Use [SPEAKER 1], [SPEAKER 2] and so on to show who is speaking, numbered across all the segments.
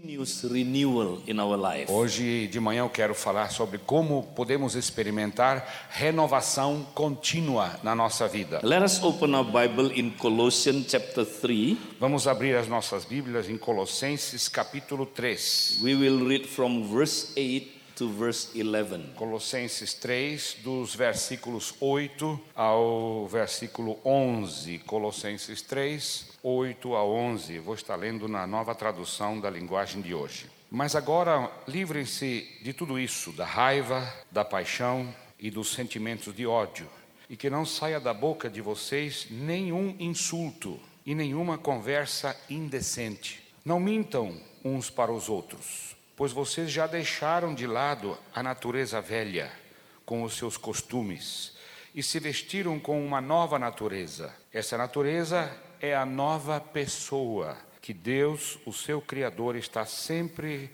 [SPEAKER 1] continuous renewal in our life.
[SPEAKER 2] Hoje de manhã eu quero falar sobre como podemos experimentar renovação contínua na nossa vida.
[SPEAKER 1] Let us open our Bible in Colossians chapter 3.
[SPEAKER 2] Vamos abrir as nossas Bíblias em Colossenses capítulo 3.
[SPEAKER 1] We will read from verse 8 to verse 11.
[SPEAKER 2] Colossenses 3, dos versículos 8 ao versículo 11. Colossenses 3, 8 a 11. Vou estar lendo na nova tradução da linguagem de hoje. Mas agora livrem-se de tudo isso, da raiva, da paixão e dos sentimentos de ódio. E que não saia da boca de vocês nenhum insulto e nenhuma conversa indecente. Não mintam uns para os outros pois vocês já deixaram de lado a natureza velha com os seus costumes e se vestiram com uma nova natureza. Essa natureza é a nova pessoa que Deus, o seu Criador, está sempre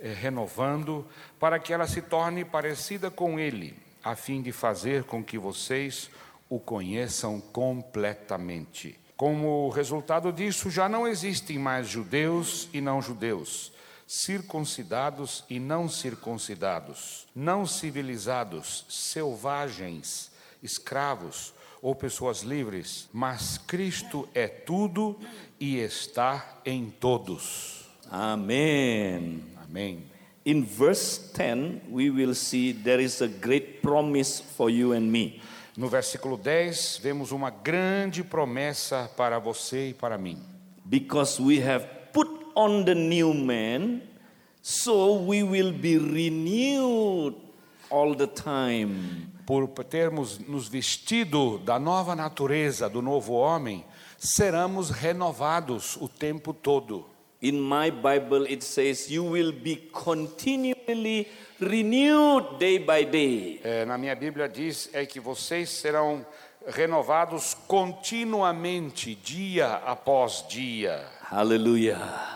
[SPEAKER 2] eh, renovando para que ela se torne parecida com Ele, a fim de fazer com que vocês o conheçam completamente. Como resultado disso, já não existem mais judeus e não judeus circuncidados e não circuncidados, não civilizados, selvagens, escravos ou pessoas livres, mas Cristo é tudo e está em todos.
[SPEAKER 1] Amen.
[SPEAKER 2] Amém.
[SPEAKER 1] In verse 10, we will see there is a great promise for you and me.
[SPEAKER 2] No versículo 10, vemos uma grande promessa para você e para mim.
[SPEAKER 1] Because we have put on the new man, so we will be renewed all the time.
[SPEAKER 2] Por termos nos vestido da nova natureza, do novo homem, seremos renovados o tempo todo.
[SPEAKER 1] In my Bible, it says you will be continually renewed day by day.
[SPEAKER 2] É, na minha Bíblia diz é que vocês serão renovados continuamente, dia após dia.
[SPEAKER 1] Hallelujah.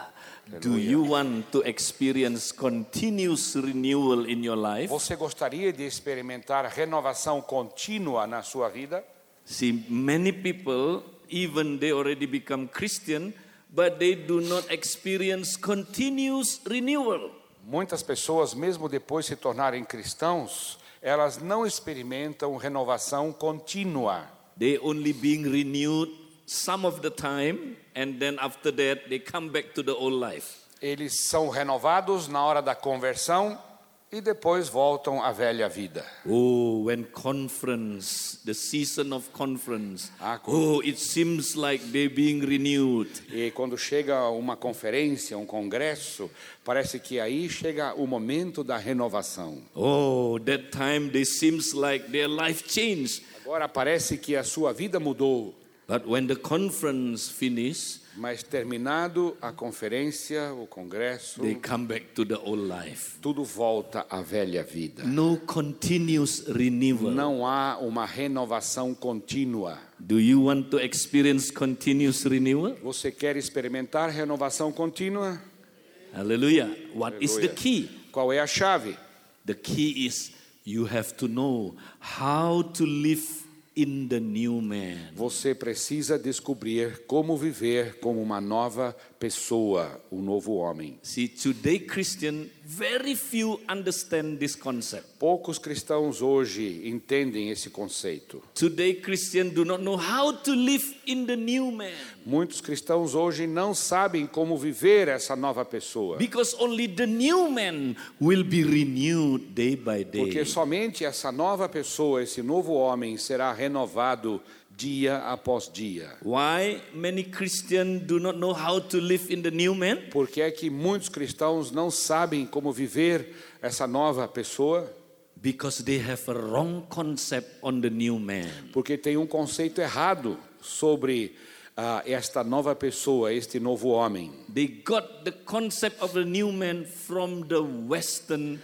[SPEAKER 1] Do you want to experience continuous renewal in your life?
[SPEAKER 2] Você gostaria de experimentar renovação contínua na sua vida?
[SPEAKER 1] See, many people, even they already become Christian, but they do not experience continuous renewal.
[SPEAKER 2] Muitas pessoas, mesmo depois de se tornarem cristãos, elas não experimentam renovação contínua.
[SPEAKER 1] They only being renewed some of the time, and then after that they come back to the old life.
[SPEAKER 2] Eles são renovados na hora da conversão e depois voltam à velha vida.
[SPEAKER 1] Oh, when conference, the season of conference.
[SPEAKER 2] Ah,
[SPEAKER 1] Oh, it seems like they being renewed.
[SPEAKER 2] E quando chega uma conferência, um congresso, parece que aí chega o momento da renovação.
[SPEAKER 1] Oh, that time they seems like their life changed.
[SPEAKER 2] Agora parece que a sua vida mudou,
[SPEAKER 1] But when the conference finish,
[SPEAKER 2] mas terminado a conferência, o congresso,
[SPEAKER 1] they come back to the old life.
[SPEAKER 2] tudo volta à velha vida.
[SPEAKER 1] No continuous renewal.
[SPEAKER 2] Não há uma renovação contínua.
[SPEAKER 1] Do you want to experience continuous renewal?
[SPEAKER 2] Você quer experimentar renovação contínua?
[SPEAKER 1] Hallelujah. What is the
[SPEAKER 2] Hallelujah.
[SPEAKER 1] key?
[SPEAKER 2] Qual é a chave?
[SPEAKER 1] The key is you have to know how to live in the new man.
[SPEAKER 2] Você precisa descobrir como viver como uma nova pessoa, um novo homem.
[SPEAKER 1] See, today, Christian, very few understand this concept.
[SPEAKER 2] Poucos cristãos hoje entendem esse conceito.
[SPEAKER 1] Today, Christian do not know how to live in the new man
[SPEAKER 2] Muitos cristãos hoje não sabem como viver essa nova pessoa,
[SPEAKER 1] because only the new man will be renewed day by
[SPEAKER 2] porque
[SPEAKER 1] day.
[SPEAKER 2] somente essa nova pessoa, esse novo homem, será renovado dia após dia.
[SPEAKER 1] Why many Christians do not know how to live in the new man?
[SPEAKER 2] Porque é que muitos cristãos não sabem como viver essa nova pessoa,
[SPEAKER 1] Because they have a wrong concept on the new man.
[SPEAKER 2] porque tem um conceito errado sobre ah, esta nova pessoa, este novo homem.
[SPEAKER 1] They got the concept of the new man from the Western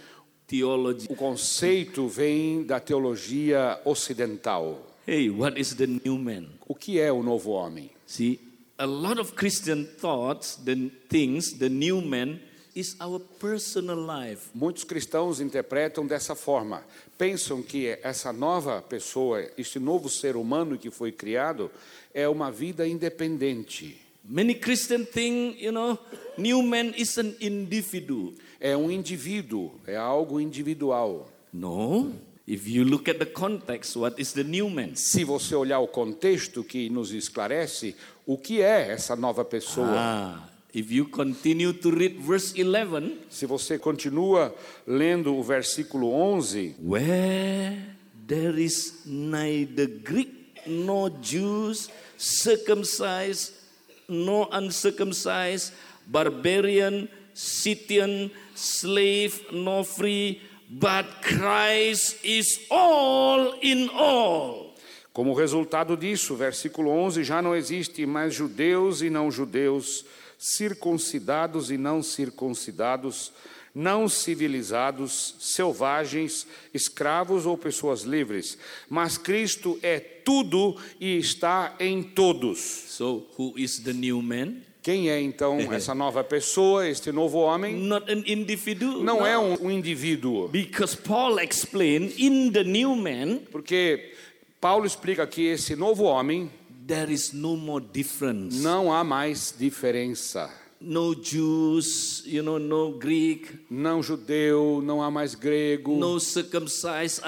[SPEAKER 1] theology.
[SPEAKER 2] O conceito vem da teologia ocidental.
[SPEAKER 1] Hey, what is the new man?
[SPEAKER 2] O que é o novo homem?
[SPEAKER 1] See, a lot of Christian thoughts, the things, the new man is our personal life.
[SPEAKER 2] Muitos cristãos interpretam dessa forma. Pensam que essa nova pessoa, este novo ser humano que foi criado, é uma vida independente.
[SPEAKER 1] Many Christian think, you know, new man is an individual.
[SPEAKER 2] É um indivíduo, é algo individual.
[SPEAKER 1] No. If you look at the context, what is the new man?
[SPEAKER 2] Se você olhar o contexto que nos esclarece, o que é essa nova pessoa?
[SPEAKER 1] Ah, if you continue to read verse 11,
[SPEAKER 2] Se você continua lendo o versículo 11,
[SPEAKER 1] where there is neither Greek nor Jews, circumcised nor uncircumcised, barbarian, Scythian, slave nor free, but Christ is all in all.
[SPEAKER 2] Como resultado disso, versículo 11, já não existe mais judeus e não judeus, circuncidados e não circuncidados, não civilizados, selvagens, escravos ou pessoas livres, mas Cristo é tudo e está em todos.
[SPEAKER 1] So, who is the new man?
[SPEAKER 2] Quem é então essa nova pessoa, este novo homem?
[SPEAKER 1] Not an individual.
[SPEAKER 2] Não
[SPEAKER 1] no.
[SPEAKER 2] é um um indivíduo,
[SPEAKER 1] Because Paul explained in the new man,
[SPEAKER 2] porque Paulo explica que esse novo homem
[SPEAKER 1] there is no more difference.
[SPEAKER 2] não há mais diferença.
[SPEAKER 1] No Jews, you know, no Greek,
[SPEAKER 2] Não judeu, não há mais grego,
[SPEAKER 1] no circumcised,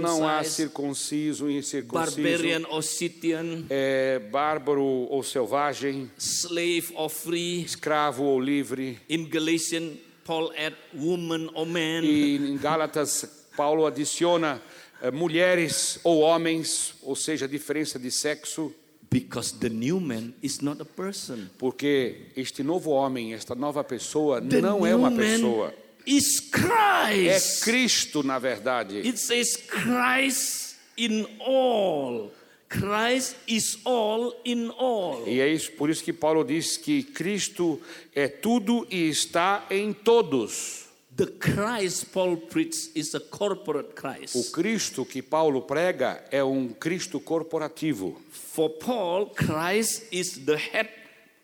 [SPEAKER 2] Não há
[SPEAKER 1] uncircumcised,
[SPEAKER 2] circunciso e incircunciso.
[SPEAKER 1] barbarian or Scythian,
[SPEAKER 2] É, bárbaro ou selvagem,
[SPEAKER 1] slave or free.
[SPEAKER 2] escravo ou livre.
[SPEAKER 1] In Galatian, Paul add woman or man.
[SPEAKER 2] E em Gálatas, Paulo adiciona é, mulheres ou homens, ou seja, diferença de sexo,
[SPEAKER 1] Because the new man is not a person.
[SPEAKER 2] porque este novo homem, esta nova pessoa,
[SPEAKER 1] The
[SPEAKER 2] não
[SPEAKER 1] new
[SPEAKER 2] é eh, uma
[SPEAKER 1] man
[SPEAKER 2] pessoa.
[SPEAKER 1] is
[SPEAKER 2] É
[SPEAKER 1] Christ.
[SPEAKER 2] Cristo, na verdade.
[SPEAKER 1] It says Christ in all. Christ is all in all.
[SPEAKER 2] E é isso, por isso que Paulo diz que Cristo é tudo e está em todos.
[SPEAKER 1] The Christ Paul preached is a corporate
[SPEAKER 2] O
[SPEAKER 1] Christ.
[SPEAKER 2] Cristo que Paulo prega é um Cristo corporativo.
[SPEAKER 1] For Paul, Christ is the head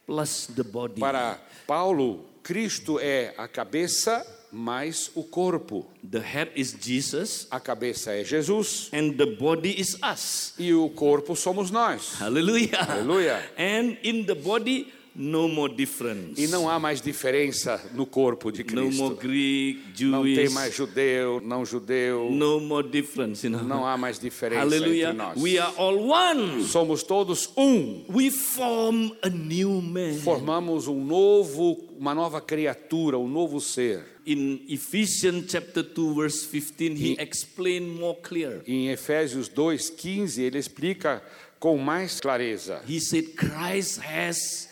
[SPEAKER 1] plus the body.
[SPEAKER 2] Para Paulo, Cristo é a cabeça mais o corpo.
[SPEAKER 1] The head is Jesus
[SPEAKER 2] A cabeça é Jesus
[SPEAKER 1] and the body is us.
[SPEAKER 2] e o corpo somos nós.
[SPEAKER 1] Hallelujah.
[SPEAKER 2] Hallelujah.
[SPEAKER 1] And in the body, no more difference.
[SPEAKER 2] E não há mais diferença no corpo de
[SPEAKER 1] no more
[SPEAKER 2] Cristo.
[SPEAKER 1] Greek,
[SPEAKER 2] Não tem
[SPEAKER 1] Jewish.
[SPEAKER 2] mais judeu, não judeu,
[SPEAKER 1] No more difference, you know.
[SPEAKER 2] não há mais diferença entre
[SPEAKER 1] Hallelujah.
[SPEAKER 2] nós.
[SPEAKER 1] We are all one.
[SPEAKER 2] Somos todos um.
[SPEAKER 1] We form a new man.
[SPEAKER 2] Formamos um novo, uma nova criatura, um novo ser.
[SPEAKER 1] In Ephesians chapter 2 verse 15 he explained more clear.
[SPEAKER 2] Em Efésios 2:15 ele explica com mais clareza.
[SPEAKER 1] He said Christ has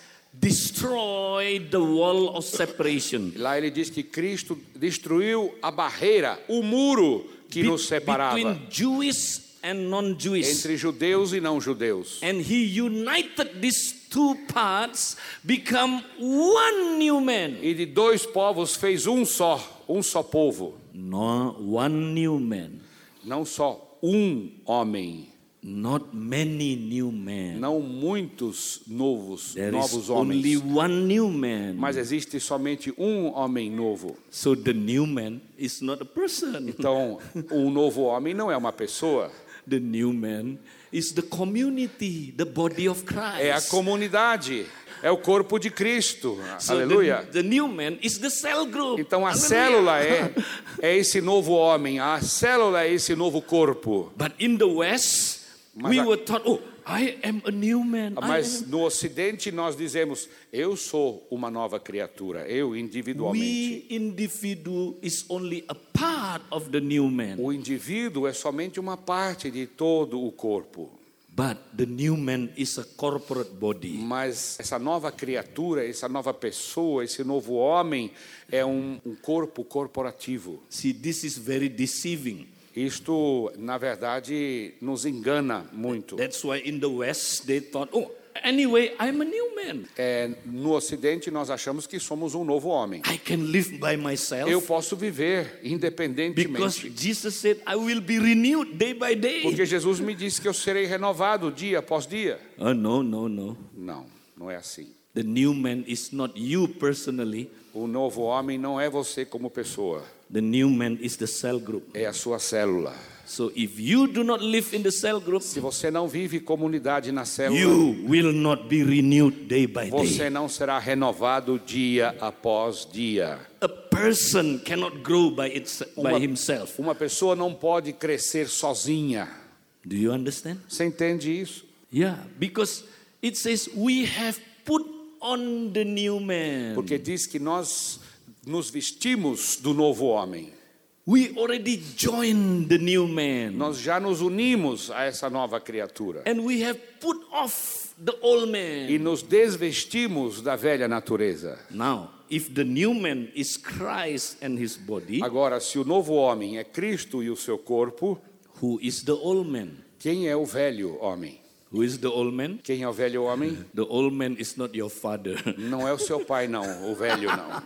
[SPEAKER 1] destroyed the wall of separation
[SPEAKER 2] Lá ele diz que Cristo destruiu a barreira, o muro que
[SPEAKER 1] be-
[SPEAKER 2] nos separava
[SPEAKER 1] between Jewish and non-Jewish.
[SPEAKER 2] entre judeus e não judeus.
[SPEAKER 1] And he united these two parts become one new man.
[SPEAKER 2] E de dois povos fez um só, um só povo,
[SPEAKER 1] No one new man,
[SPEAKER 2] não só um homem,
[SPEAKER 1] not many new men.
[SPEAKER 2] não muitos novos,
[SPEAKER 1] There
[SPEAKER 2] novos
[SPEAKER 1] is only
[SPEAKER 2] homens,
[SPEAKER 1] one new man.
[SPEAKER 2] mas existe somente um homem novo.
[SPEAKER 1] So the new man is not a person.
[SPEAKER 2] Então, um novo homem não é uma pessoa,
[SPEAKER 1] The new man is the community, the body of Christ.
[SPEAKER 2] é a comunidade, é o corpo de Cristo.
[SPEAKER 1] So the-
[SPEAKER 2] Aleluia.
[SPEAKER 1] The, new man is the cell group.
[SPEAKER 2] Então a
[SPEAKER 1] Hallelujah.
[SPEAKER 2] célula é, é esse novo homem, a célula é esse novo corpo.
[SPEAKER 1] But in the West,
[SPEAKER 2] Mas
[SPEAKER 1] we
[SPEAKER 2] a-
[SPEAKER 1] were taught, oh, I am a new man. I
[SPEAKER 2] Mas
[SPEAKER 1] am-
[SPEAKER 2] no Ocidente nós dizemos: eu sou uma nova criatura, eu individualmente.
[SPEAKER 1] We individual is only a part of the new man.
[SPEAKER 2] O indivíduo é somente uma parte de todo o corpo.
[SPEAKER 1] But the new man is a corporate body.
[SPEAKER 2] Mas essa nova criatura, essa nova pessoa, esse novo homem é um, um corpo corporativo.
[SPEAKER 1] See, this is very deceiving.
[SPEAKER 2] Isto, na verdade, nos engana muito.
[SPEAKER 1] That's why in the West they thought, oh, anyway, I'm a new man.
[SPEAKER 2] É, no Ocidente nós achamos que somos um novo homem.
[SPEAKER 1] I can live by myself.
[SPEAKER 2] Eu posso viver
[SPEAKER 1] Because
[SPEAKER 2] independentemente.
[SPEAKER 1] Jesus said, I will be renewed day by day.
[SPEAKER 2] Porque Jesus me disse que eu serei renovado dia após dia.
[SPEAKER 1] Oh, no, no, no.
[SPEAKER 2] Não, não é assim.
[SPEAKER 1] The new man is not you personally,
[SPEAKER 2] O novo homem não é você como pessoa,
[SPEAKER 1] the new man is the cell group.
[SPEAKER 2] é a sua célula.
[SPEAKER 1] So if you do not live in the cell group,
[SPEAKER 2] Se você não vive comunidade na célula,
[SPEAKER 1] you will not be renewed day by
[SPEAKER 2] você
[SPEAKER 1] day.
[SPEAKER 2] não será renovado dia após dia.
[SPEAKER 1] A person cannot grow by, its, by
[SPEAKER 2] Uma-
[SPEAKER 1] himself.
[SPEAKER 2] Uma pessoa não pode crescer sozinha.
[SPEAKER 1] Do you understand?
[SPEAKER 2] Você entende isso?
[SPEAKER 1] Yeah, because it says we have put on the new man.
[SPEAKER 2] Porque diz que nós nos vestimos do novo homem.
[SPEAKER 1] We already joined the new man.
[SPEAKER 2] Nós já nos unimos a essa nova criatura
[SPEAKER 1] And we have put off the old man.
[SPEAKER 2] e nos desvestimos da velha natureza.
[SPEAKER 1] Now, if the new man is Christ and his body,
[SPEAKER 2] Agora, se o novo homem é Cristo e o seu corpo,
[SPEAKER 1] who is the old man?
[SPEAKER 2] quem é o velho homem?
[SPEAKER 1] Who is the old man?
[SPEAKER 2] Quem é o velho homem?
[SPEAKER 1] The old man is not your father.
[SPEAKER 2] Não é o seu pai, não, o velho não.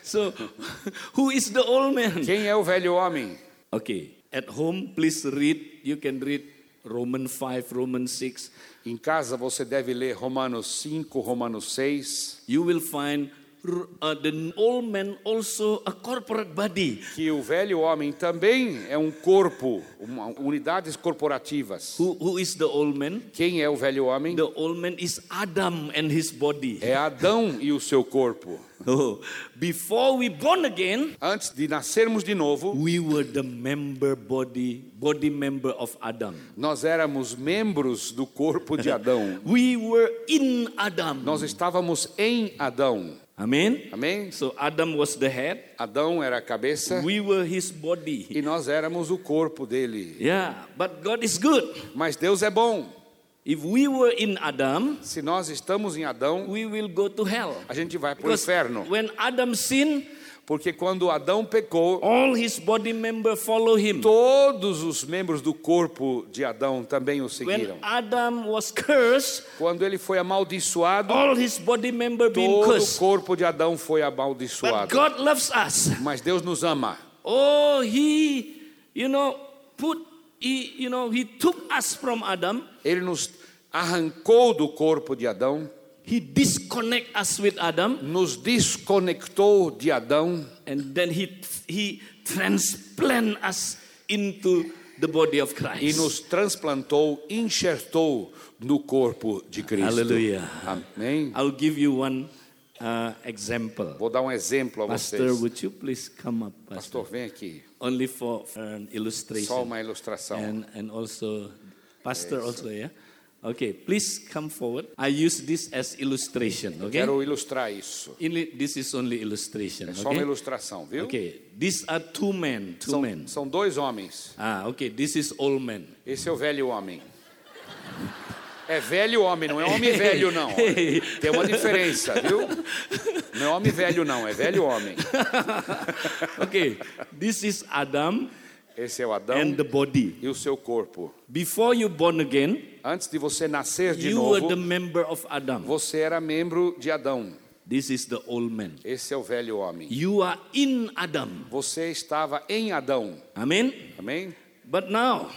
[SPEAKER 1] so, who is the old man?
[SPEAKER 2] Quem é o velho homem?
[SPEAKER 1] Okay, at home, please read. You can read Romans 5, Romans 6.
[SPEAKER 2] Em casa você deve ler Romanos 5, Romanos 6,
[SPEAKER 1] You will find r- uh, the old man also a corporate body
[SPEAKER 2] que o velho homem também é um corpo, uma, unidades corporativas.
[SPEAKER 1] who, who is the old man
[SPEAKER 2] Quem é o velho homem?
[SPEAKER 1] the old man is adam and his body
[SPEAKER 2] É Adão e o seu corpo.
[SPEAKER 1] oh, before we born again
[SPEAKER 2] Antes de nascermos de novo,
[SPEAKER 1] we were the member body body member of adam
[SPEAKER 2] nós éramos membros do corpo de Adão.
[SPEAKER 1] we were in adam
[SPEAKER 2] Nós estávamos em Adão.
[SPEAKER 1] amen
[SPEAKER 2] Amém?
[SPEAKER 1] so adam was the head
[SPEAKER 2] Adão era a cabeça
[SPEAKER 1] we were his body
[SPEAKER 2] e nós éramos o corpo dele.
[SPEAKER 1] yeah but god is good
[SPEAKER 2] Mas Deus é bom.
[SPEAKER 1] if we were in adam
[SPEAKER 2] Se nós estamos em Adão,
[SPEAKER 1] we will go to hell
[SPEAKER 2] a gente vai para o
[SPEAKER 1] because
[SPEAKER 2] inferno.
[SPEAKER 1] when adam sinned
[SPEAKER 2] Porque quando Adão pecou,
[SPEAKER 1] All his body members follow him.
[SPEAKER 2] todos os membros do corpo de Adão também o
[SPEAKER 1] When
[SPEAKER 2] seguiram.
[SPEAKER 1] Adam was cursed,
[SPEAKER 2] Quando ele foi amaldiçoado,
[SPEAKER 1] all his body members being
[SPEAKER 2] todo o
[SPEAKER 1] cursed.
[SPEAKER 2] corpo de Adão foi
[SPEAKER 1] But
[SPEAKER 2] amaldiçoado.
[SPEAKER 1] God loves us.
[SPEAKER 2] Mas Deus nos ama.
[SPEAKER 1] Oh, he, you know, put, he, you know, he took us from Adam.
[SPEAKER 2] Ele nos arrancou do corpo de Adão,
[SPEAKER 1] He disconnect us with Adam,
[SPEAKER 2] nos desconectou de Adão
[SPEAKER 1] and then he he transplant us into the body of
[SPEAKER 2] e
[SPEAKER 1] Christ.
[SPEAKER 2] nos transplantou, enxertou no corpo de Cristo.
[SPEAKER 1] Aleluia.
[SPEAKER 2] Amém.
[SPEAKER 1] I'll give you one uh, example.
[SPEAKER 2] Vou dar um exemplo a
[SPEAKER 1] Pastor,
[SPEAKER 2] vocês.
[SPEAKER 1] would you please come up, Pastor?
[SPEAKER 2] Pastor, vem aqui.
[SPEAKER 1] Only for an illustration.
[SPEAKER 2] Só uma ilustração.
[SPEAKER 1] and and also pastor also yeah okay please come forward i use this as illustration okay
[SPEAKER 2] Quero ilustrar isso.
[SPEAKER 1] Ili- this is only illustration
[SPEAKER 2] É só uma
[SPEAKER 1] okay
[SPEAKER 2] ilustração, viu?
[SPEAKER 1] okay these are two men two men
[SPEAKER 2] São, são dois homens.
[SPEAKER 1] ah okay this is old man
[SPEAKER 2] Esse é o velho homem. É velho homem, não é homem velho, não. Tem uma diferença, viu? Não é homem velho, não, é velho homem.
[SPEAKER 1] okay this is adam
[SPEAKER 2] Esse é o Adão
[SPEAKER 1] and the body
[SPEAKER 2] e o seu corpo.
[SPEAKER 1] before you born again
[SPEAKER 2] Antes de você nascer de
[SPEAKER 1] you were the
[SPEAKER 2] novo,
[SPEAKER 1] member of adam
[SPEAKER 2] você era membro de Adão.
[SPEAKER 1] this is the old man
[SPEAKER 2] Esse é o velho homem.
[SPEAKER 1] you are in adam
[SPEAKER 2] Você estava em Adão.
[SPEAKER 1] amen
[SPEAKER 2] Amém?
[SPEAKER 1] but now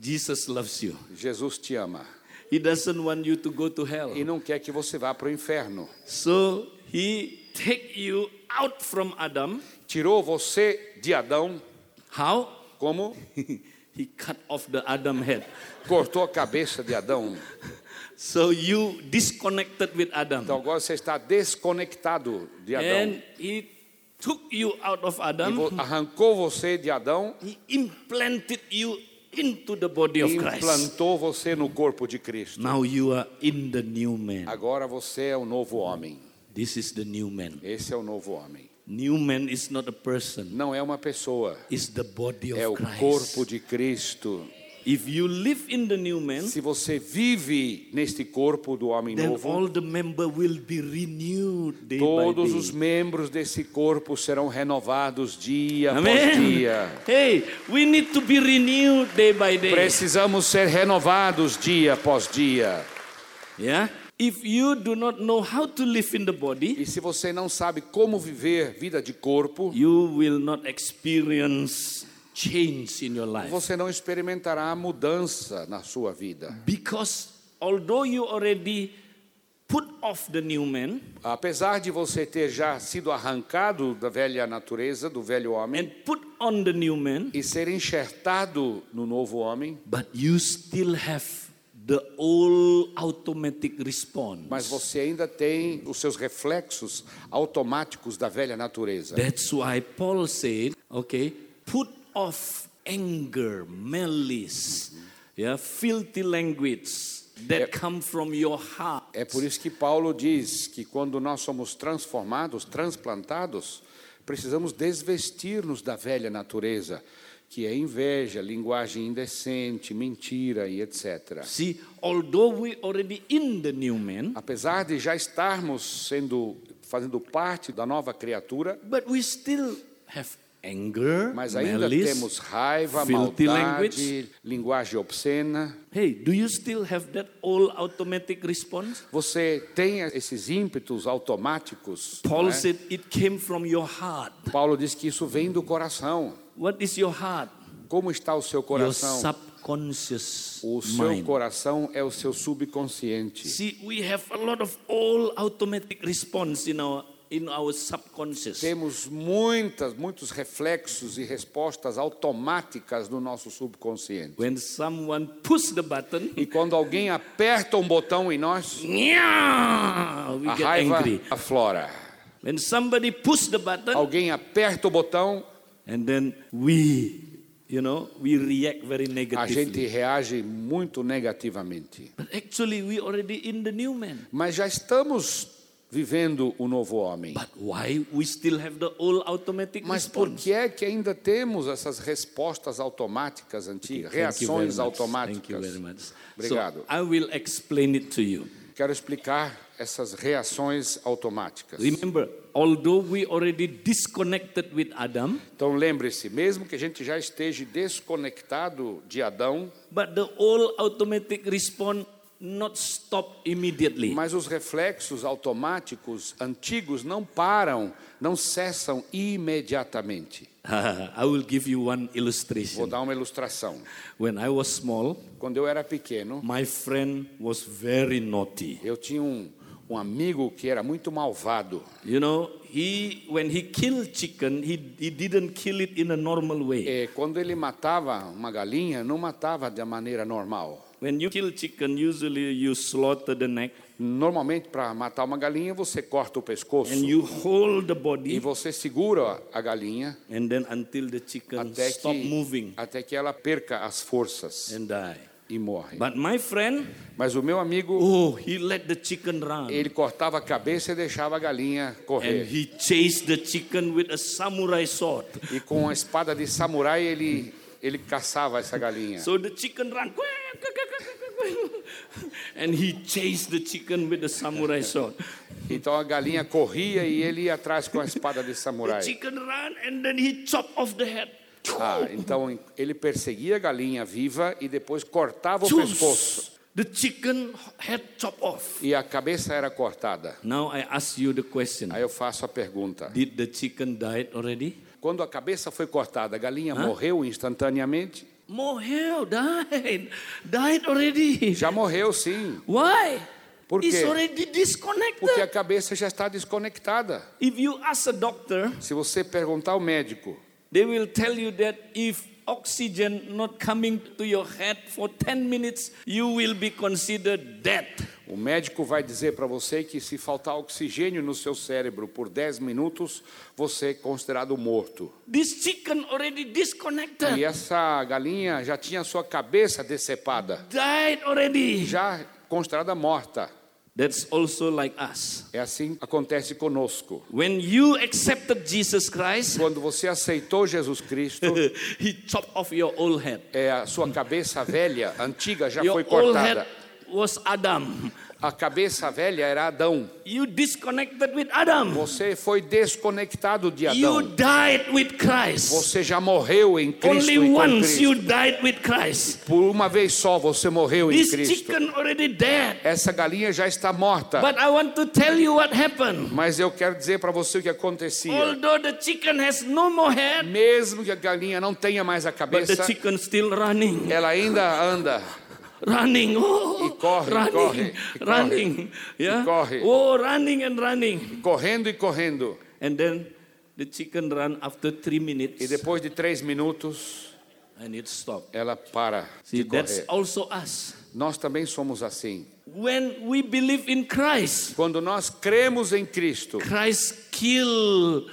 [SPEAKER 1] jesus loves you
[SPEAKER 2] Jesus te ama
[SPEAKER 1] he doesn't want you to go to hell
[SPEAKER 2] e não quer que você vá para o inferno.
[SPEAKER 1] So he take you out from Adam.
[SPEAKER 2] Tirou você de Adão
[SPEAKER 1] How?
[SPEAKER 2] como
[SPEAKER 1] he cut off the Adam head.
[SPEAKER 2] cortou a cabeça de Adão.
[SPEAKER 1] So you disconnected with Adam.
[SPEAKER 2] Então agora você está desconectado de Adão.
[SPEAKER 1] And he took you out of
[SPEAKER 2] E vo-
[SPEAKER 1] Adam.
[SPEAKER 2] arrancou você de Adão
[SPEAKER 1] He implanted you into the body
[SPEAKER 2] e
[SPEAKER 1] of Christ.
[SPEAKER 2] implantou você no corpo de Cristo.
[SPEAKER 1] Now you are in the new man.
[SPEAKER 2] Agora você é o novo homem.
[SPEAKER 1] This is the new man.
[SPEAKER 2] Esse é o novo homem.
[SPEAKER 1] New man is not a person.
[SPEAKER 2] Não é uma pessoa,
[SPEAKER 1] It's the body
[SPEAKER 2] é o
[SPEAKER 1] of
[SPEAKER 2] corpo
[SPEAKER 1] Christ.
[SPEAKER 2] de Cristo.
[SPEAKER 1] If you live in the new man,
[SPEAKER 2] Se você vive neste corpo do homem
[SPEAKER 1] then
[SPEAKER 2] novo,
[SPEAKER 1] all the member will be renewed day by
[SPEAKER 2] todos
[SPEAKER 1] day.
[SPEAKER 2] os membros desse corpo serão renovados dia após
[SPEAKER 1] Amen.
[SPEAKER 2] dia.
[SPEAKER 1] Hey, we need to be renewed day by day.
[SPEAKER 2] Precisamos ser renovados dia após dia.
[SPEAKER 1] Yeah. If you do not know how to live in the body,
[SPEAKER 2] E se você não sabe como viver vida de corpo,
[SPEAKER 1] you will not experience change in your life.
[SPEAKER 2] você não experimentará mudança na sua vida.
[SPEAKER 1] Because although you already put off the new man
[SPEAKER 2] Apesar de você ter já sido arrancado da velha natureza, do velho homem,
[SPEAKER 1] and put on the new man,
[SPEAKER 2] e ser enxertado no novo homem,
[SPEAKER 1] but you still have the old automatic response.
[SPEAKER 2] mas você ainda tem os seus reflexos automáticos da velha natureza.
[SPEAKER 1] That's why Paul said, okay, put off anger, malice, yeah, filthy language that come from your heart.
[SPEAKER 2] É por isso que Paulo diz que quando nós somos transformados, transplantados, precisamos desvestir-nos da velha natureza, que é inveja, linguagem indecente, mentira e etc.
[SPEAKER 1] See, although we already in the new man,
[SPEAKER 2] Apesar de já estarmos sendo fazendo parte da nova criatura,
[SPEAKER 1] but we still have anger,
[SPEAKER 2] mas ainda
[SPEAKER 1] malice.
[SPEAKER 2] temos raiva,
[SPEAKER 1] filthy
[SPEAKER 2] maldade,
[SPEAKER 1] language.
[SPEAKER 2] linguagem obscena.
[SPEAKER 1] Hey, do you still have that old automatic response?
[SPEAKER 2] Você tem esses ímpetos automáticos.
[SPEAKER 1] Paul
[SPEAKER 2] né?
[SPEAKER 1] said it came from your heart.
[SPEAKER 2] Paulo diz que isso vem do coração.
[SPEAKER 1] What is your heart?
[SPEAKER 2] Como está o seu
[SPEAKER 1] Your
[SPEAKER 2] coração?
[SPEAKER 1] subconscious
[SPEAKER 2] O seu
[SPEAKER 1] mind.
[SPEAKER 2] coração é o seu subconsciente.
[SPEAKER 1] See, we have a lot of all automatic response in our in our subconscious.
[SPEAKER 2] Temos muitas, muitos reflexos e respostas automáticas no nosso subconsciente.
[SPEAKER 1] When someone push the button,
[SPEAKER 2] E quando alguém aperta um botão em nós,
[SPEAKER 1] yeah, we
[SPEAKER 2] a
[SPEAKER 1] get
[SPEAKER 2] raiva
[SPEAKER 1] angry.
[SPEAKER 2] aflora.
[SPEAKER 1] When somebody push the button,
[SPEAKER 2] Alguém aperta o botão,
[SPEAKER 1] and then we, you know, we react very
[SPEAKER 2] a
[SPEAKER 1] negatively.
[SPEAKER 2] gente reage muito negativamente.
[SPEAKER 1] But actually, we already in the new man.
[SPEAKER 2] Mas já estamos vivendo o novo homem.
[SPEAKER 1] But why we still have the old automatic
[SPEAKER 2] Mas por
[SPEAKER 1] response?
[SPEAKER 2] que é que ainda temos essas respostas automáticas antigas,
[SPEAKER 1] Thank you very much.
[SPEAKER 2] reações
[SPEAKER 1] Thank you
[SPEAKER 2] automáticas?
[SPEAKER 1] very much. So
[SPEAKER 2] Obrigado.
[SPEAKER 1] I will explain it to you.
[SPEAKER 2] Quero explicar essas reações automáticas.
[SPEAKER 1] Remember, although we already disconnected with Adam,
[SPEAKER 2] Então lembre-se, mesmo que a gente já esteja desconectado de Adão,
[SPEAKER 1] but the old automatic response not stop immediately.
[SPEAKER 2] mas os reflexos automáticos antigos não param, não cessam imediatamente.
[SPEAKER 1] I will give you one
[SPEAKER 2] Vou
[SPEAKER 1] illustration.
[SPEAKER 2] dar uma ilustração.
[SPEAKER 1] When I was small,
[SPEAKER 2] Quando eu era pequeno,
[SPEAKER 1] my friend was very naughty.
[SPEAKER 2] eu tinha um, um amigo que era muito malvado.
[SPEAKER 1] You know, he when he killed chicken, he, he didn't kill it in a normal way.
[SPEAKER 2] É, quando ele matava uma galinha, não matava da maneira normal.
[SPEAKER 1] When you kill chicken, usually you slaughter the neck
[SPEAKER 2] Normalmente, para matar uma galinha, você corta o pescoço
[SPEAKER 1] and you hold the
[SPEAKER 2] e
[SPEAKER 1] body
[SPEAKER 2] você segura a galinha
[SPEAKER 1] and then until the chicken
[SPEAKER 2] até
[SPEAKER 1] stop
[SPEAKER 2] que,
[SPEAKER 1] moving
[SPEAKER 2] até que ela perca as forças
[SPEAKER 1] and die.
[SPEAKER 2] e morre.
[SPEAKER 1] But my friend,
[SPEAKER 2] Mas o meu amigo,
[SPEAKER 1] oh, he let the chicken run.
[SPEAKER 2] ele cortava a cabeça e deixava a galinha
[SPEAKER 1] And
[SPEAKER 2] correr.
[SPEAKER 1] he chased the chicken with a samurai sword.
[SPEAKER 2] E com a espada de samurai, ele, ele caçava essa galinha.
[SPEAKER 1] So the chicken ran. And he chased the chicken with a samurai sword.
[SPEAKER 2] Então a galinha corria e ele ia atrás com a espada de
[SPEAKER 1] The
[SPEAKER 2] samurai.
[SPEAKER 1] chicken ran and then he chopped off the head.
[SPEAKER 2] Ah, então ele perseguia a galinha viva e depois cortava o pescoço.
[SPEAKER 1] Choose. The chicken head chopped off.
[SPEAKER 2] E a cabeça era cortada.
[SPEAKER 1] Now I ask you the question.
[SPEAKER 2] Aí eu faço a pergunta:
[SPEAKER 1] Did the chicken died already?
[SPEAKER 2] quando a cabeça foi cortada, a galinha morreu instantaneamente?
[SPEAKER 1] More hell died. Died already.
[SPEAKER 2] Já morreu, sim,
[SPEAKER 1] Why?
[SPEAKER 2] Por
[SPEAKER 1] It's
[SPEAKER 2] quê?
[SPEAKER 1] already
[SPEAKER 2] porque a
[SPEAKER 1] disconnected.
[SPEAKER 2] cabeça já está desconectada.
[SPEAKER 1] If you ask a doctor,
[SPEAKER 2] Se você perguntar ao médico,
[SPEAKER 1] They will tell you that if oxygen not coming to your head for 10 minutes, you will be considered dead.
[SPEAKER 2] o médico vai dizer para você que se faltar oxigênio no seu cérebro por 10 minutos, você é considerado morto.
[SPEAKER 1] This chicken already
[SPEAKER 2] E
[SPEAKER 1] disconnected,
[SPEAKER 2] essa galinha já tinha sua cabeça decepada,
[SPEAKER 1] died already.
[SPEAKER 2] já considerada morta.
[SPEAKER 1] That's also like us.
[SPEAKER 2] É assim que acontece conosco.
[SPEAKER 1] When you accepted Jesus Christ,
[SPEAKER 2] Quando você aceitou Jesus Cristo,
[SPEAKER 1] he chopped off your old head.
[SPEAKER 2] é, a sua cabeça velha, antiga, já
[SPEAKER 1] Your
[SPEAKER 2] foi
[SPEAKER 1] old head
[SPEAKER 2] cortada.
[SPEAKER 1] was Adam.
[SPEAKER 2] A cabeça velha era Adão.
[SPEAKER 1] You disconnected with Adam.
[SPEAKER 2] Você foi desconectado de Adão.
[SPEAKER 1] You died with Christ.
[SPEAKER 2] Você já morreu em Cristo
[SPEAKER 1] Only
[SPEAKER 2] e com
[SPEAKER 1] once
[SPEAKER 2] Cristo.
[SPEAKER 1] you died with Christ.
[SPEAKER 2] Por uma vez só você morreu em
[SPEAKER 1] This
[SPEAKER 2] Cristo.
[SPEAKER 1] chicken already dead.
[SPEAKER 2] Essa galinha já está morta.
[SPEAKER 1] But I want to tell you what happened.
[SPEAKER 2] Mas eu quero dizer para você o que acontecia.
[SPEAKER 1] Although the chicken has no more head,
[SPEAKER 2] Mesmo que a galinha não tenha mais a
[SPEAKER 1] but the
[SPEAKER 2] cabeça,
[SPEAKER 1] chicken still running.
[SPEAKER 2] ela ainda anda.
[SPEAKER 1] running, oh,
[SPEAKER 2] E corre,
[SPEAKER 1] running,
[SPEAKER 2] e corre, e
[SPEAKER 1] running,
[SPEAKER 2] corre, e
[SPEAKER 1] yeah,
[SPEAKER 2] corre.
[SPEAKER 1] oh, running and running,
[SPEAKER 2] correndo e correndo.
[SPEAKER 1] and then the chicken run after three minutes
[SPEAKER 2] E depois de três minutos,
[SPEAKER 1] and it stopped.
[SPEAKER 2] ela para
[SPEAKER 1] See,
[SPEAKER 2] de
[SPEAKER 1] that's
[SPEAKER 2] correr.
[SPEAKER 1] also us.
[SPEAKER 2] Nós também somos assim.
[SPEAKER 1] When we believe in Christ,
[SPEAKER 2] Quando nós cremos em Cristo,
[SPEAKER 1] Christ kill,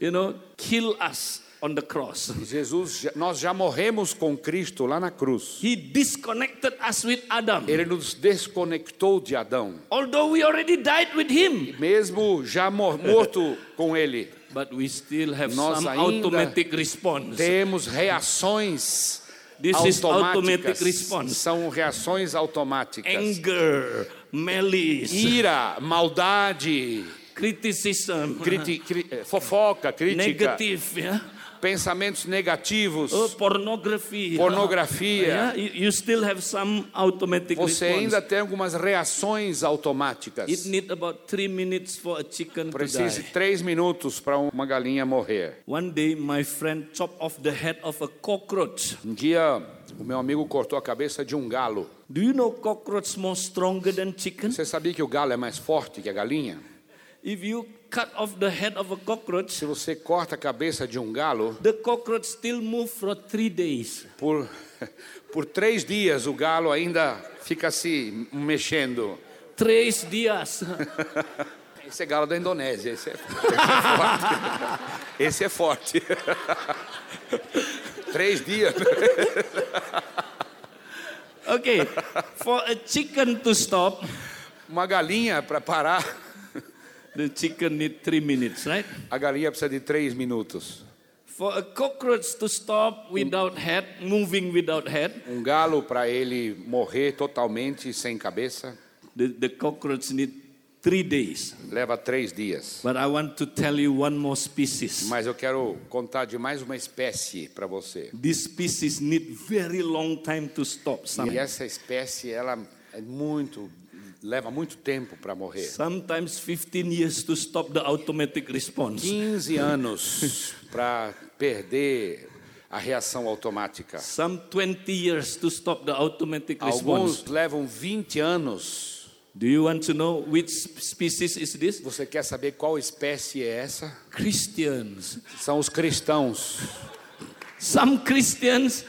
[SPEAKER 1] you know, kill us on the cross.
[SPEAKER 2] Jesus, já- nós já morremos com Cristo lá na cruz.
[SPEAKER 1] He disconnected us with Adam.
[SPEAKER 2] Ele nos desconectou de Adão,
[SPEAKER 1] Although we already died with him,
[SPEAKER 2] mesmo já mor- morto com ele.
[SPEAKER 1] but we still have
[SPEAKER 2] Nós
[SPEAKER 1] some
[SPEAKER 2] ainda
[SPEAKER 1] automatic response.
[SPEAKER 2] Temos reações
[SPEAKER 1] This is automatic
[SPEAKER 2] automáticas.
[SPEAKER 1] response.
[SPEAKER 2] São reações automáticas.
[SPEAKER 1] Anger, malice,
[SPEAKER 2] Ira, maldade,
[SPEAKER 1] criticism,
[SPEAKER 2] criti- cri- eh, fofoca, crítica,
[SPEAKER 1] negative, yeah?
[SPEAKER 2] pensamentos negativos.
[SPEAKER 1] Oh, pornography.
[SPEAKER 2] Pornografia.
[SPEAKER 1] Yeah, you, you still have some automatic
[SPEAKER 2] Você
[SPEAKER 1] response.
[SPEAKER 2] ainda tem algumas reações automáticas.
[SPEAKER 1] It need about three minutes for a chicken
[SPEAKER 2] Precisa
[SPEAKER 1] to
[SPEAKER 2] de
[SPEAKER 1] die.
[SPEAKER 2] três minutos para uma galinha morrer.
[SPEAKER 1] One day, my friend chopped off the head of a cockroach.
[SPEAKER 2] Um dia, o meu amigo cortou a cabeça de um galo.
[SPEAKER 1] Do you know cockroach more stronger than chicken?
[SPEAKER 2] Você sabia que o galo é mais forte que a galinha?
[SPEAKER 1] If you cut off the head of a cockroach,
[SPEAKER 2] Se você corta a cabeça de um galo,
[SPEAKER 1] the cockroach still move for three days.
[SPEAKER 2] por, por três dias o galo ainda fica se mexendo.
[SPEAKER 1] Três dias.
[SPEAKER 2] Esse é galo da Indonésia, esse é, esse é forte. Esse é forte. três dias.
[SPEAKER 1] Okay, for a chicken to stop,
[SPEAKER 2] Uma galinha para parar,
[SPEAKER 1] the chicken need three minutes, right?
[SPEAKER 2] a galinha precisa de três minutos.
[SPEAKER 1] For a cockroach to stop without head, moving without head,
[SPEAKER 2] Um galo para ele morrer totalmente sem cabeça
[SPEAKER 1] the, the cockroach need three days.
[SPEAKER 2] leva três dias.
[SPEAKER 1] But I want to tell you one more species.
[SPEAKER 2] Mas eu quero contar de mais uma espécie para você.
[SPEAKER 1] This species need very long time to stop.
[SPEAKER 2] E
[SPEAKER 1] Some,
[SPEAKER 2] essa espécie, ela é muito, leva muito tempo para morrer.
[SPEAKER 1] sometimes 15 years to stop the automatic response.
[SPEAKER 2] 15 anos para perder a reação automática.
[SPEAKER 1] Some 20 years to stop the automatic response.
[SPEAKER 2] Alguns levam 20 anos.
[SPEAKER 1] Do you want to know which species is this?
[SPEAKER 2] Você quer saber qual espécie é essa?
[SPEAKER 1] Christians.
[SPEAKER 2] São os cristãos.
[SPEAKER 1] Some Christians,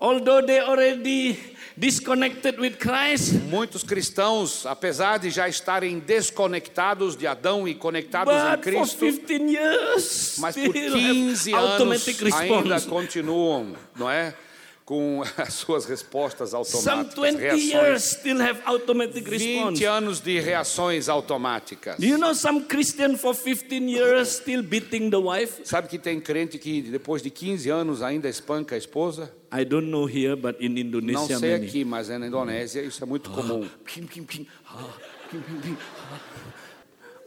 [SPEAKER 1] although they already disconnected with Christ,
[SPEAKER 2] Muitos cristãos, apesar de já estarem desconectados de Adão e conectados em
[SPEAKER 1] but for
[SPEAKER 2] Cristo,
[SPEAKER 1] 15 years,
[SPEAKER 2] mas por
[SPEAKER 1] still have
[SPEAKER 2] 15
[SPEAKER 1] automatic
[SPEAKER 2] anos ainda
[SPEAKER 1] response.
[SPEAKER 2] continuam, não é? Com as suas respostas
[SPEAKER 1] Some
[SPEAKER 2] automáticas,
[SPEAKER 1] 20
[SPEAKER 2] reações.
[SPEAKER 1] years still have automatic response.
[SPEAKER 2] 20 anos de reações automáticas.
[SPEAKER 1] Do you know some Christian for 15 years still beating the wife?
[SPEAKER 2] Sabe que tem crente que depois de 15 anos ainda espanca a esposa?
[SPEAKER 1] I don't know here, but in
[SPEAKER 2] Não
[SPEAKER 1] Indonesia,
[SPEAKER 2] sei
[SPEAKER 1] many.
[SPEAKER 2] aqui, mas na Indonésia isso é
[SPEAKER 1] Ah.
[SPEAKER 2] muito comum.
[SPEAKER 1] Kim, kim, kim. Ah, kim, kim, kim. Ah.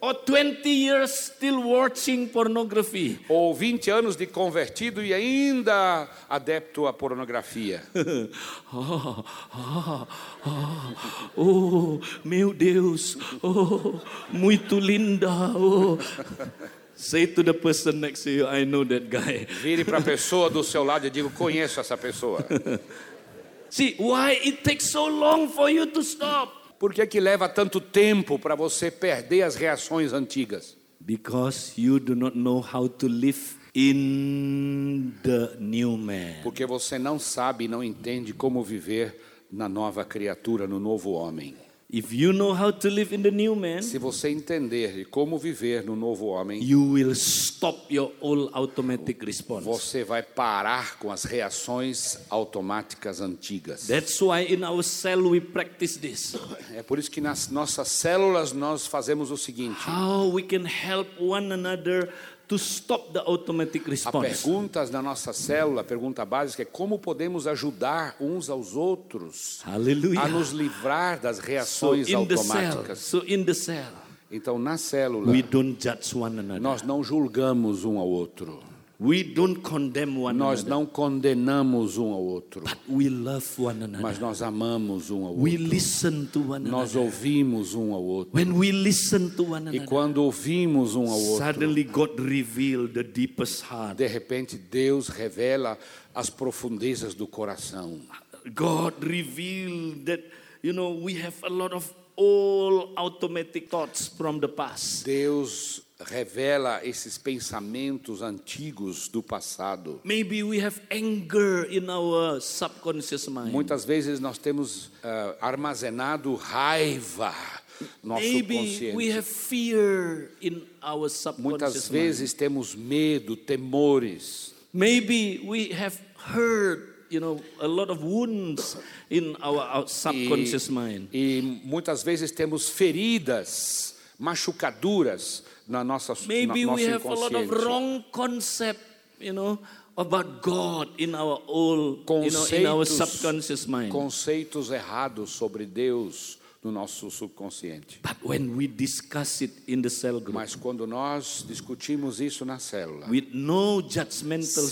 [SPEAKER 1] Or 20 Oh, years still watching pornography.
[SPEAKER 2] Ou 20 anos de convertido e ainda adepto à pornografia.
[SPEAKER 1] Ah, ah, ah. Oh, meu Deus. Oh, muito linda. Oh. Say to the person next to you, I know that guy.
[SPEAKER 2] Vire para a pessoa do seu lado e diga: Conheço essa pessoa.
[SPEAKER 1] See, why it takes so long for you to stop?
[SPEAKER 2] Por que, que leva tanto tempo para você perder as reações antigas?
[SPEAKER 1] Because you do not know how to live in the new man.
[SPEAKER 2] Porque você não sabe e não entende como viver na nova criatura, no novo homem.
[SPEAKER 1] If you know how to live in the new man,
[SPEAKER 2] Se você entender de como viver no novo homem,
[SPEAKER 1] you will stop your old automatic response.
[SPEAKER 2] você vai parar com as reações automáticas antigas.
[SPEAKER 1] That's why in our cell we practice this.
[SPEAKER 2] É por isso que nas nossas células nós fazemos o seguinte:
[SPEAKER 1] How we can help one another to stop the automatic
[SPEAKER 2] a
[SPEAKER 1] response.
[SPEAKER 2] pergunta na nossa célula, a pergunta básica é como podemos ajudar uns aos outros a
[SPEAKER 1] Hallelujah.
[SPEAKER 2] nos livrar das
[SPEAKER 1] So
[SPEAKER 2] reações
[SPEAKER 1] in the cell,
[SPEAKER 2] automáticas.
[SPEAKER 1] so in the cell,
[SPEAKER 2] Então, na célula,
[SPEAKER 1] we don't judge one another.
[SPEAKER 2] nós não julgamos um ao outro,
[SPEAKER 1] We don't condemn one
[SPEAKER 2] nós
[SPEAKER 1] another.
[SPEAKER 2] não condenamos um ao outro,
[SPEAKER 1] We love one another.
[SPEAKER 2] mas nós amamos um ao
[SPEAKER 1] We
[SPEAKER 2] outro.
[SPEAKER 1] listen to one
[SPEAKER 2] Nós
[SPEAKER 1] another.
[SPEAKER 2] ouvimos um ao outro.
[SPEAKER 1] When we listen to one
[SPEAKER 2] E
[SPEAKER 1] another,
[SPEAKER 2] quando ouvimos um ao outro,
[SPEAKER 1] suddenly God revealed the deepest heart.
[SPEAKER 2] de repente Deus revela as profundezas do coração.
[SPEAKER 1] God revealed that, you know, we have a lot of all automatic thoughts from the past.
[SPEAKER 2] Deus revela esses pensamentos antigos do passado.
[SPEAKER 1] Maybe we have anger in our subconscious mind.
[SPEAKER 2] Muitas vezes nós temos ah, armazenado raiva no nosso
[SPEAKER 1] Maybe we
[SPEAKER 2] consciente.
[SPEAKER 1] have fear in our
[SPEAKER 2] Muitas
[SPEAKER 1] subconscious mind.
[SPEAKER 2] vezes temos medo, temores.
[SPEAKER 1] Maybe we have hurt, you know, a lot of wounds in our, our
[SPEAKER 2] E,
[SPEAKER 1] subconscious mind.
[SPEAKER 2] e muitas vezes temos feridas, machucaduras na nossa na,
[SPEAKER 1] Maybe
[SPEAKER 2] nosso
[SPEAKER 1] we have a lot of
[SPEAKER 2] inconsciente.
[SPEAKER 1] wrong concept, you know, about God in our old, you know, in our
[SPEAKER 2] Conceitos-
[SPEAKER 1] subconscious mind.
[SPEAKER 2] Conceitos errados sobre Deus no nosso subconsciente.
[SPEAKER 1] But when we discuss it in the cell group
[SPEAKER 2] Mas quando nós discutimos isso na célula,
[SPEAKER 1] with no judgmental spirit,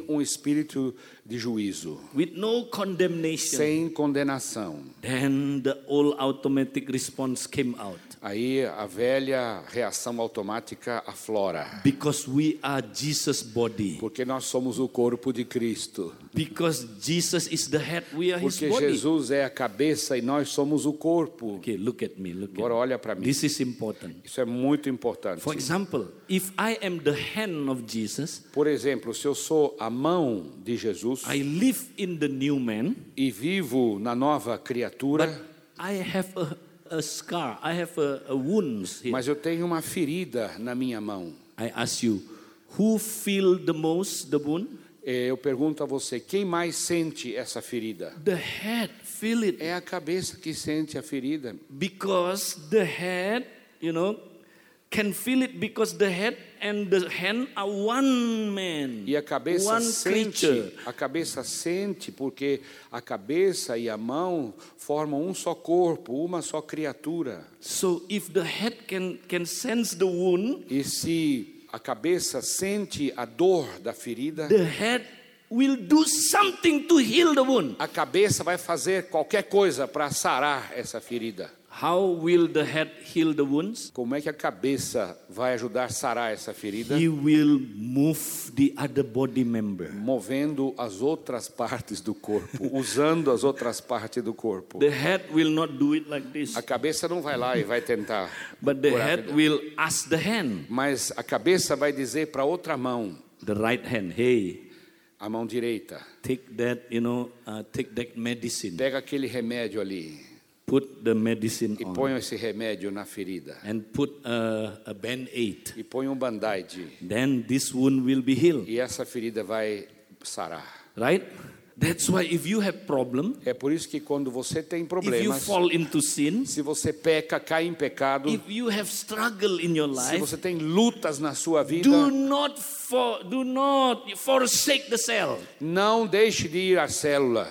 [SPEAKER 2] sem um espírito de juízo,
[SPEAKER 1] with no condemnation,
[SPEAKER 2] sem condenação,
[SPEAKER 1] then the all automatic response came out
[SPEAKER 2] aí a velha reação automática aflora.
[SPEAKER 1] because we are Jesus' body.
[SPEAKER 2] Porque nós somos o corpo de Cristo.
[SPEAKER 1] Because Jesus is the head, we are his
[SPEAKER 2] Porque
[SPEAKER 1] body.
[SPEAKER 2] Jesus é a cabeça e nós somos o corpo.
[SPEAKER 1] Okay, look at me, look
[SPEAKER 2] Agora
[SPEAKER 1] at
[SPEAKER 2] olha para
[SPEAKER 1] me.
[SPEAKER 2] mim.
[SPEAKER 1] This is important.
[SPEAKER 2] Isso é muito importante.
[SPEAKER 1] For example, if I am the hand of Jesus,
[SPEAKER 2] Por exemplo, se eu sou a mão de Jesus
[SPEAKER 1] I live in the new man,
[SPEAKER 2] e vivo na nova criatura,
[SPEAKER 1] but I have a, a scar, I have a, a wound here.
[SPEAKER 2] mas eu tenho uma ferida na minha mão.
[SPEAKER 1] I ask you, who feel the most the wound?
[SPEAKER 2] Eh, Eu pergunto a você, quem mais sente essa ferida?
[SPEAKER 1] The head feel it
[SPEAKER 2] É a cabeça que sente a ferida,
[SPEAKER 1] because the head, you know, can feel it because the head and the hand are one man,
[SPEAKER 2] E a cabeça
[SPEAKER 1] one
[SPEAKER 2] sente,
[SPEAKER 1] creature.
[SPEAKER 2] a cabeça sente porque a cabeça e a mão formam um só corpo, uma só criatura.
[SPEAKER 1] So if the head can can sense the wound,
[SPEAKER 2] E se a cabeça sente a dor da ferida,
[SPEAKER 1] the head will do something to heal the wound.
[SPEAKER 2] a cabeça vai fazer qualquer coisa para sarar essa ferida.
[SPEAKER 1] How will the head heal the wounds?
[SPEAKER 2] Como é que a cabeça vai ajudar a sarar essa ferida?
[SPEAKER 1] He will move the other body member.
[SPEAKER 2] Movendo as outras partes do corpo, usando as outras partes do corpo.
[SPEAKER 1] The head will not do it like this,
[SPEAKER 2] A cabeça não vai lá e vai tentar.
[SPEAKER 1] but the
[SPEAKER 2] What
[SPEAKER 1] head
[SPEAKER 2] happened?
[SPEAKER 1] will ask the hand,
[SPEAKER 2] Mas a cabeça vai dizer para outra mão,
[SPEAKER 1] the right hand, hey,
[SPEAKER 2] a mão direita,
[SPEAKER 1] take that, you know, uh, take that medicine,
[SPEAKER 2] pega aquele remédio ali
[SPEAKER 1] put the medicine
[SPEAKER 2] e
[SPEAKER 1] on,
[SPEAKER 2] põe esse remédio na ferida
[SPEAKER 1] and put uh, a band-aid.
[SPEAKER 2] e põe um band-aid
[SPEAKER 1] Then this wound will be healed,
[SPEAKER 2] e essa ferida vai sarar.
[SPEAKER 1] right? That's why if you have problem,
[SPEAKER 2] É por isso que quando você tem
[SPEAKER 1] if you
[SPEAKER 2] problemas,
[SPEAKER 1] fall into sin,
[SPEAKER 2] se você peca, cai em pecado,
[SPEAKER 1] if you have struggle in your
[SPEAKER 2] se
[SPEAKER 1] life,
[SPEAKER 2] você tem lutas na sua vida,
[SPEAKER 1] do not for, do not forsake the cell.
[SPEAKER 2] não deixe de ir à célula.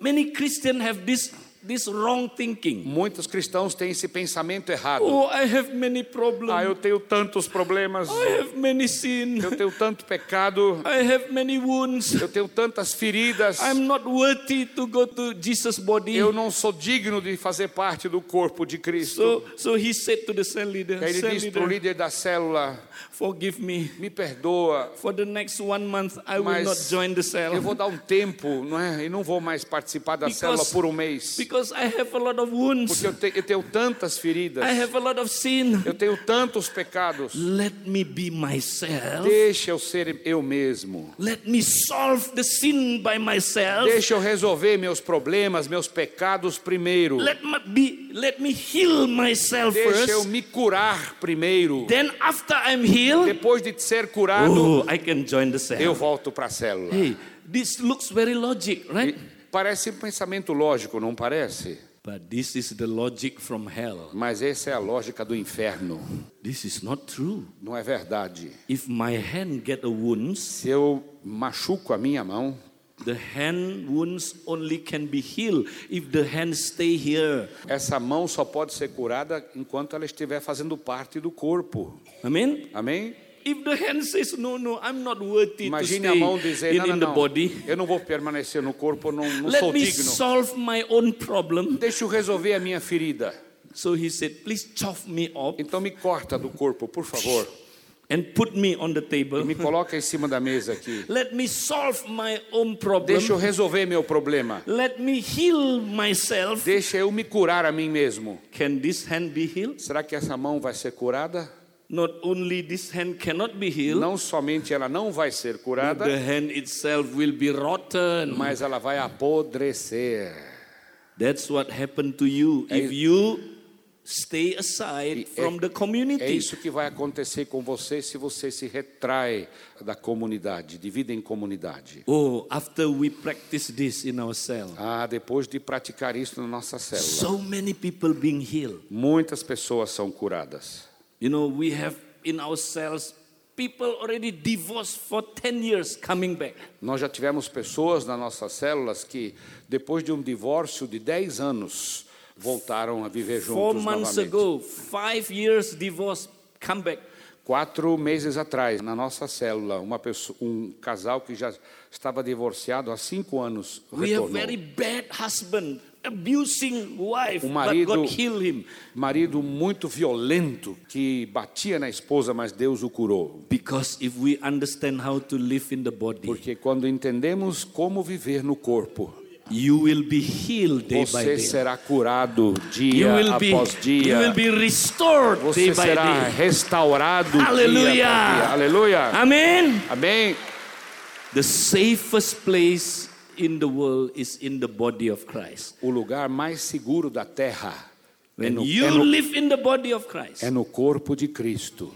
[SPEAKER 1] Many Christians have this this wrong thinking.
[SPEAKER 2] Muitos cristãos têm esse pensamento errado.
[SPEAKER 1] Oh, I have many
[SPEAKER 2] Ah,
[SPEAKER 1] problems.
[SPEAKER 2] eu tenho tantos problemas,
[SPEAKER 1] I have many sin.
[SPEAKER 2] eu tenho tanto pecado,
[SPEAKER 1] I have many wounds.
[SPEAKER 2] eu tenho tantas feridas.
[SPEAKER 1] I'm not worthy to go to Jesus' body.
[SPEAKER 2] Eu não sou digno de fazer parte do corpo de Cristo.
[SPEAKER 1] So, so he said to the cell leader,
[SPEAKER 2] Aí ele
[SPEAKER 1] cell
[SPEAKER 2] diz para o
[SPEAKER 1] leader,
[SPEAKER 2] líder da célula:
[SPEAKER 1] forgive me.
[SPEAKER 2] me perdoa,
[SPEAKER 1] For the next one month, I will
[SPEAKER 2] Mas
[SPEAKER 1] not join the
[SPEAKER 2] eu
[SPEAKER 1] cell
[SPEAKER 2] vou dar um tempo, não é? E não vou mais participar da
[SPEAKER 1] Because-
[SPEAKER 2] célula por um mês,
[SPEAKER 1] because I have a lot of wounds.
[SPEAKER 2] porque eu, te- eu tenho tantas feridas,
[SPEAKER 1] I have a lot of sin.
[SPEAKER 2] eu tenho tantos pecados.
[SPEAKER 1] Let me be myself.
[SPEAKER 2] Deixa eu ser eu mesmo.
[SPEAKER 1] Let me solve the sin by myself.
[SPEAKER 2] Deixa eu resolver meus problemas, meus pecados primeiro.
[SPEAKER 1] Let me be let me heal myself
[SPEAKER 2] Deixa eu
[SPEAKER 1] first.
[SPEAKER 2] me curar primeiro.
[SPEAKER 1] Then after I'm healed,
[SPEAKER 2] Depois de ser curado,
[SPEAKER 1] oh, I can join the cell.
[SPEAKER 2] eu volto para a célula.
[SPEAKER 1] Hey, this looks very logic,
[SPEAKER 2] E
[SPEAKER 1] right?
[SPEAKER 2] Parece um pensamento lógico, não parece?
[SPEAKER 1] But this is the logic from hell.
[SPEAKER 2] Mas essa é a lógica do inferno.
[SPEAKER 1] This is not true.
[SPEAKER 2] Não é verdade.
[SPEAKER 1] If my hand get a wounds,
[SPEAKER 2] Se eu machuco a minha mão,
[SPEAKER 1] the hand wounds only can be healed if the hand stay here.
[SPEAKER 2] essa mão só pode ser curada enquanto ela estiver fazendo parte do corpo.
[SPEAKER 1] Amen.
[SPEAKER 2] Amém?
[SPEAKER 1] If the hand says no, no, I'm not worthy
[SPEAKER 2] Imagine eh,
[SPEAKER 1] to
[SPEAKER 2] a
[SPEAKER 1] stay
[SPEAKER 2] mão dizer:
[SPEAKER 1] in,
[SPEAKER 2] não, não,
[SPEAKER 1] in the
[SPEAKER 2] não.
[SPEAKER 1] body.
[SPEAKER 2] Eu não vou permanecer no corpo, eu não, não
[SPEAKER 1] Let
[SPEAKER 2] sou
[SPEAKER 1] me
[SPEAKER 2] digno.
[SPEAKER 1] solve my own problem.
[SPEAKER 2] Deixa eu resolver a minha ferida.
[SPEAKER 1] So he said, please chop me up.
[SPEAKER 2] Então me corta do corpo, por favor.
[SPEAKER 1] and put me on the
[SPEAKER 2] E
[SPEAKER 1] table.
[SPEAKER 2] me coloca em cima da mesa aqui.
[SPEAKER 1] Let me solve my own problem.
[SPEAKER 2] Deixa eu resolver meu problema.
[SPEAKER 1] Let me heal myself.
[SPEAKER 2] Deixa eu me curar a mim mesmo.
[SPEAKER 1] Can this hand be healed?
[SPEAKER 2] Será que essa mão vai ser curada?
[SPEAKER 1] Not only this hand cannot be healed,
[SPEAKER 2] Não somente ela não vai ser curada,
[SPEAKER 1] the hand itself will be rotten.
[SPEAKER 2] mas ela vai apodrecer.
[SPEAKER 1] That's what happened to you if you stay aside from the
[SPEAKER 2] É
[SPEAKER 1] community.
[SPEAKER 2] isso que vai acontecer com você se você se retrai da comunidade, divida em comunidade.
[SPEAKER 1] Oh, after we practice this in ourselves,
[SPEAKER 2] Ah, depois de praticar isso na nossa célula,
[SPEAKER 1] so many people being healed.
[SPEAKER 2] muitas pessoas são curadas.
[SPEAKER 1] You know, we have in ourselves people already divorced for 10 years coming back.
[SPEAKER 2] Nós já tivemos pessoas nas nossas células que, depois de um divórcio de 10 anos, voltaram a viver
[SPEAKER 1] Four
[SPEAKER 2] juntos
[SPEAKER 1] months
[SPEAKER 2] novamente.
[SPEAKER 1] ago, five years divorce, come back.
[SPEAKER 2] Quatro meses atrás, na nossa célula, uma pessoa, um casal que já estava divorciado há cinco anos
[SPEAKER 1] We have
[SPEAKER 2] retornou.
[SPEAKER 1] very bad husband, abusing wife,
[SPEAKER 2] Um
[SPEAKER 1] but
[SPEAKER 2] marido-
[SPEAKER 1] God heal him
[SPEAKER 2] Marido muito violento que batia na esposa, mas Deus o curou.
[SPEAKER 1] because if we understand how to live in the body,
[SPEAKER 2] Porque quando entendemos como viver no corpo,
[SPEAKER 1] you will be healed day by
[SPEAKER 2] você
[SPEAKER 1] day.
[SPEAKER 2] será curado
[SPEAKER 1] You
[SPEAKER 2] dia
[SPEAKER 1] will be,
[SPEAKER 2] após
[SPEAKER 1] you will
[SPEAKER 2] dia.
[SPEAKER 1] be restored day
[SPEAKER 2] Você
[SPEAKER 1] by
[SPEAKER 2] será
[SPEAKER 1] day.
[SPEAKER 2] restaurado dia
[SPEAKER 1] Aleluia!
[SPEAKER 2] após dia. Aleluia!
[SPEAKER 1] Amen.
[SPEAKER 2] Amém.
[SPEAKER 1] The safest place in the world is in the body of Christ.
[SPEAKER 2] O lugar mais seguro da terra é
[SPEAKER 1] When
[SPEAKER 2] no-
[SPEAKER 1] you
[SPEAKER 2] é no
[SPEAKER 1] live in the body of Christ,
[SPEAKER 2] é no corpo de Cristo.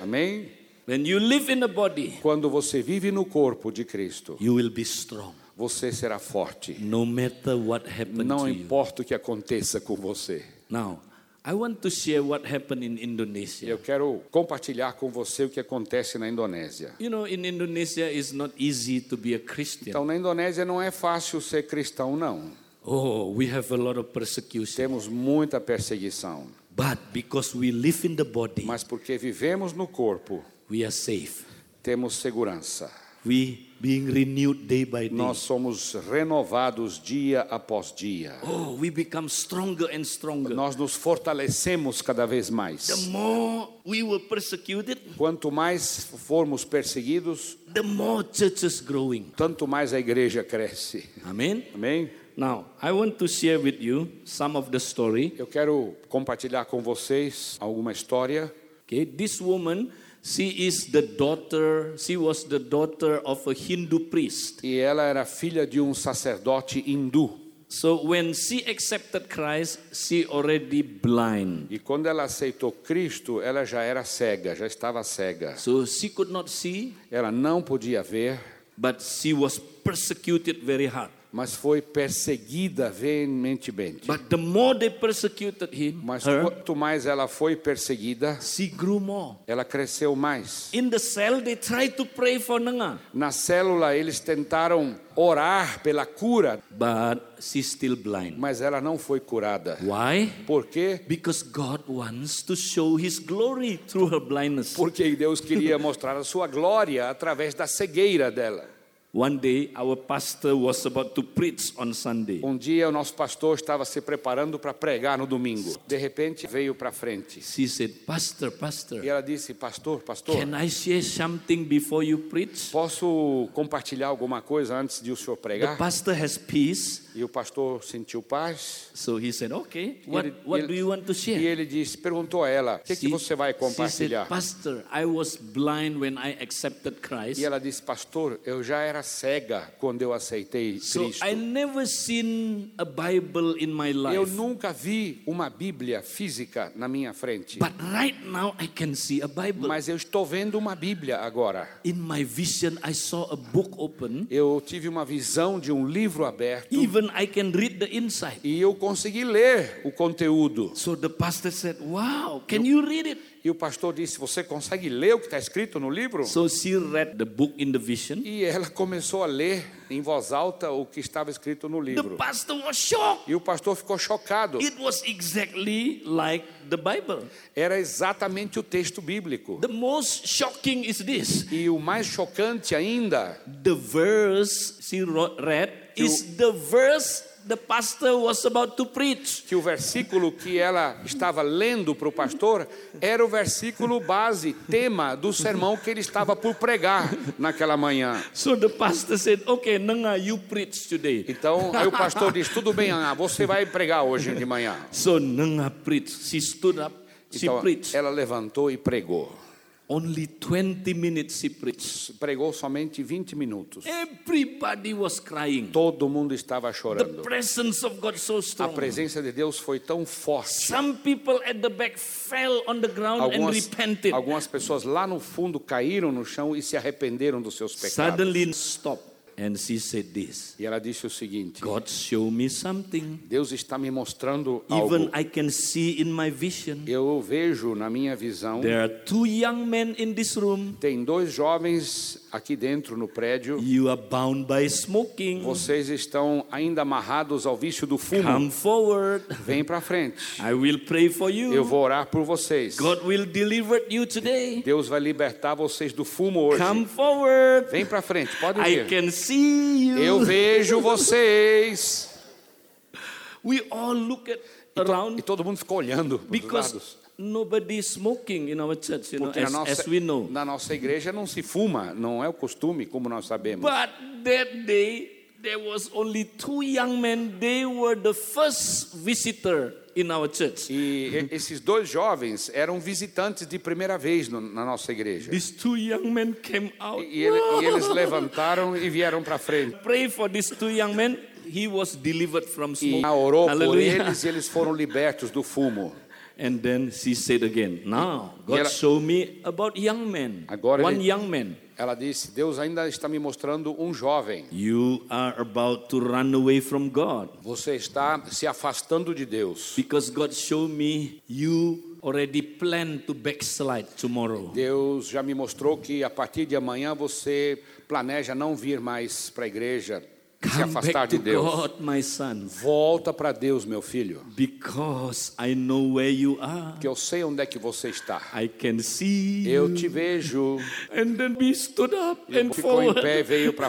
[SPEAKER 2] Amém?
[SPEAKER 1] when you live in the body,
[SPEAKER 2] Quando você vive no corpo de Cristo,
[SPEAKER 1] you will be strong
[SPEAKER 2] você será forte.
[SPEAKER 1] no matter what happened
[SPEAKER 2] Não
[SPEAKER 1] to you.
[SPEAKER 2] importa o que aconteça com você.
[SPEAKER 1] Now, I want to share what happened in Indonesia.
[SPEAKER 2] Eu quero compartilhar com você o que acontece na Indonésia.
[SPEAKER 1] You know, in Indonesia, it's not easy to be a Christian.
[SPEAKER 2] Então, na Indonésia não é fácil ser cristão, não.
[SPEAKER 1] Oh, we have a lot of persecution.
[SPEAKER 2] Temos muita perseguição.
[SPEAKER 1] But because we live in the body,
[SPEAKER 2] Mas porque vivemos no corpo,
[SPEAKER 1] we are safe.
[SPEAKER 2] temos segurança.
[SPEAKER 1] We being renewed day by day.
[SPEAKER 2] Nós somos renovados dia após dia.
[SPEAKER 1] Oh, we become stronger and stronger.
[SPEAKER 2] Nós nos fortalecemos cada vez mais.
[SPEAKER 1] The more we were persecuted,
[SPEAKER 2] Quanto mais formos perseguidos,
[SPEAKER 1] the more churches growing.
[SPEAKER 2] tanto mais a igreja cresce.
[SPEAKER 1] Amen.
[SPEAKER 2] Amém?
[SPEAKER 1] Now, I want to share with you some of the story.
[SPEAKER 2] Eu quero compartilhar com vocês alguma história.
[SPEAKER 1] Okay, this woman, she is the daughter, she was the daughter of a Hindu priest.
[SPEAKER 2] E ela era filha de um sacerdote hindu.
[SPEAKER 1] So when she accepted Christ, she already blind.
[SPEAKER 2] E quando ela aceitou Cristo, ela já era cega, já estava cega.
[SPEAKER 1] So she could not see,
[SPEAKER 2] Ela não podia ver,
[SPEAKER 1] but she was persecuted very hard.
[SPEAKER 2] mas foi perseguida veementemente.
[SPEAKER 1] But the more they persecuted him,
[SPEAKER 2] Mas
[SPEAKER 1] her,
[SPEAKER 2] quanto mais ela foi perseguida,
[SPEAKER 1] she grew more.
[SPEAKER 2] ela cresceu mais.
[SPEAKER 1] In the cell, they tried to pray for Nanga,
[SPEAKER 2] Na célula, eles tentaram orar pela cura,
[SPEAKER 1] but she's still blind.
[SPEAKER 2] mas ela não foi curada.
[SPEAKER 1] Why?
[SPEAKER 2] Por quê?
[SPEAKER 1] Because God wants to show His glory through her blindness.
[SPEAKER 2] Porque Deus queria mostrar a sua glória através da cegueira dela.
[SPEAKER 1] One day, our pastor was about to preach on Sunday.
[SPEAKER 2] Um dia o nosso pastor estava se preparando para pregar no domingo. De repente veio para frente
[SPEAKER 1] She said, Pastor,
[SPEAKER 2] e
[SPEAKER 1] Pastor,
[SPEAKER 2] ela disse: Pastor, pastor,
[SPEAKER 1] can I share something before you preach?
[SPEAKER 2] posso compartilhar alguma coisa antes de o senhor
[SPEAKER 1] The
[SPEAKER 2] pregar?
[SPEAKER 1] pastor has peace.
[SPEAKER 2] E o pastor sentiu paz.
[SPEAKER 1] So he said, Okay,
[SPEAKER 2] E
[SPEAKER 1] what,
[SPEAKER 2] ele-
[SPEAKER 1] what
[SPEAKER 2] ele-
[SPEAKER 1] do you want to
[SPEAKER 2] E
[SPEAKER 1] share?
[SPEAKER 2] ele disse, perguntou a ela, o que, que
[SPEAKER 1] She-
[SPEAKER 2] você vai
[SPEAKER 1] she said,
[SPEAKER 2] compartilhar?
[SPEAKER 1] Pastor, I was blind when I accepted Christ.
[SPEAKER 2] E ela disse, pastor, eu já era cega quando eu aceitei
[SPEAKER 1] So
[SPEAKER 2] Cristo.
[SPEAKER 1] I never seen a Bible in my
[SPEAKER 2] Eu
[SPEAKER 1] life.
[SPEAKER 2] nunca vi uma Bíblia física na minha frente,
[SPEAKER 1] But right now I can see a Bible.
[SPEAKER 2] mas eu estou vendo uma Bíblia agora.
[SPEAKER 1] In my vision I saw a book open.
[SPEAKER 2] Eu tive uma visão de um livro aberto
[SPEAKER 1] Even I can read the inside.
[SPEAKER 2] e eu consegui ler o conteúdo.
[SPEAKER 1] So the pastor said, "Wow, can you read it?"
[SPEAKER 2] E o pastor disse: Você consegue ler o que está escrito no livro?
[SPEAKER 1] So she read the book in the vision.
[SPEAKER 2] E ela começou a ler em voz alta o que estava escrito no
[SPEAKER 1] The
[SPEAKER 2] livro.
[SPEAKER 1] pastor was shocked.
[SPEAKER 2] E o pastor ficou chocado.
[SPEAKER 1] It was exactly like the Bible.
[SPEAKER 2] Era exatamente o texto bíblico.
[SPEAKER 1] The most shocking is this.
[SPEAKER 2] E o mais chocante ainda,
[SPEAKER 1] The verse she wrote, read is the verse the pastor was about to preach.
[SPEAKER 2] que o versículo que ela estava lendo para o pastor era o versículo base, tema do sermão que ele estava por pregar naquela manhã.
[SPEAKER 1] So the pastor said, Okay, Nanga, you preach today.
[SPEAKER 2] Então, aí o pastor diz: Tudo bem, Ana, você vai pregar hoje de manhã.
[SPEAKER 1] So Nanga preached. She stood up, she
[SPEAKER 2] Então,
[SPEAKER 1] preached.
[SPEAKER 2] ela levantou e pregou.
[SPEAKER 1] Only 20 minutes she preached.
[SPEAKER 2] Pregou somente 20 minutos.
[SPEAKER 1] Everybody was crying.
[SPEAKER 2] Todo mundo estava
[SPEAKER 1] The
[SPEAKER 2] chorando.
[SPEAKER 1] presence of God so
[SPEAKER 2] A
[SPEAKER 1] strong.
[SPEAKER 2] presença de Deus foi tão forte.
[SPEAKER 1] Some people at the back fell on the ground and
[SPEAKER 2] Algumas,
[SPEAKER 1] repented.
[SPEAKER 2] algumas pessoas lá no fundo caíram no chão e se arrependeram dos seus pecados.
[SPEAKER 1] Suddenly stopped. And she said this.
[SPEAKER 2] E ela disse o seguinte:
[SPEAKER 1] God show me something.
[SPEAKER 2] Deus está me mostrando
[SPEAKER 1] Even
[SPEAKER 2] algo.
[SPEAKER 1] I can see in my vision.
[SPEAKER 2] Eu vejo na minha visão,
[SPEAKER 1] There are two young men in this room.
[SPEAKER 2] tem dois jovens aqui dentro no prédio.
[SPEAKER 1] You are bound by smoking.
[SPEAKER 2] Vocês estão ainda amarrados ao vício do fumo.
[SPEAKER 1] Come forward.
[SPEAKER 2] Vem para frente.
[SPEAKER 1] I will pray for
[SPEAKER 2] Eu
[SPEAKER 1] you.
[SPEAKER 2] vou orar por vocês.
[SPEAKER 1] God will deliver you today.
[SPEAKER 2] Deus vai libertar vocês do fumo hoje.
[SPEAKER 1] Come forward.
[SPEAKER 2] Vem para frente, pode
[SPEAKER 1] I
[SPEAKER 2] vir.
[SPEAKER 1] can see
[SPEAKER 2] Eu
[SPEAKER 1] you.
[SPEAKER 2] vejo vocês.
[SPEAKER 1] We all look at
[SPEAKER 2] E
[SPEAKER 1] around
[SPEAKER 2] todo mundo ficou olhando pros
[SPEAKER 1] because
[SPEAKER 2] lados.
[SPEAKER 1] nobody is smoking in our church, you know,
[SPEAKER 2] Porque na
[SPEAKER 1] as,
[SPEAKER 2] nossa,
[SPEAKER 1] as we know.
[SPEAKER 2] na nossa igreja não se fuma, não é o costume, como nós sabemos.
[SPEAKER 1] But that day, there was only two young men. They were the first visitor in our church.
[SPEAKER 2] E e- esses dois jovens eram visitantes de primeira vez no- na nossa igreja.
[SPEAKER 1] These two young men came out.
[SPEAKER 2] E, ele- e eles levantaram e vieram para frente.
[SPEAKER 1] Pray for these two young men. He was delivered from
[SPEAKER 2] E
[SPEAKER 1] smoke.
[SPEAKER 2] ela orou por
[SPEAKER 1] Hallelujah.
[SPEAKER 2] eles e eles foram libertos do fumo.
[SPEAKER 1] And then she said again, Now, God
[SPEAKER 2] ela-
[SPEAKER 1] show me about young men.
[SPEAKER 2] Agora
[SPEAKER 1] One
[SPEAKER 2] ele-
[SPEAKER 1] young man.
[SPEAKER 2] Ela disse: Deus ainda está me mostrando um jovem.
[SPEAKER 1] You are about to run away from God
[SPEAKER 2] Você está se afastando de Deus.
[SPEAKER 1] because God showed me you already plan to backslide tomorrow.
[SPEAKER 2] Deus já me mostrou que a partir de amanhã você planeja não vir mais para a igreja, se
[SPEAKER 1] Come
[SPEAKER 2] afastar
[SPEAKER 1] back to
[SPEAKER 2] de Deus.
[SPEAKER 1] God, my son.
[SPEAKER 2] Volta para Deus, meu filho,
[SPEAKER 1] Because I know where you are,
[SPEAKER 2] que eu sei onde é que você está.
[SPEAKER 1] I can see you.
[SPEAKER 2] Eu te vejo.
[SPEAKER 1] And then he stood up
[SPEAKER 2] Ele
[SPEAKER 1] and
[SPEAKER 2] ficou em
[SPEAKER 1] forward.
[SPEAKER 2] pé e veio para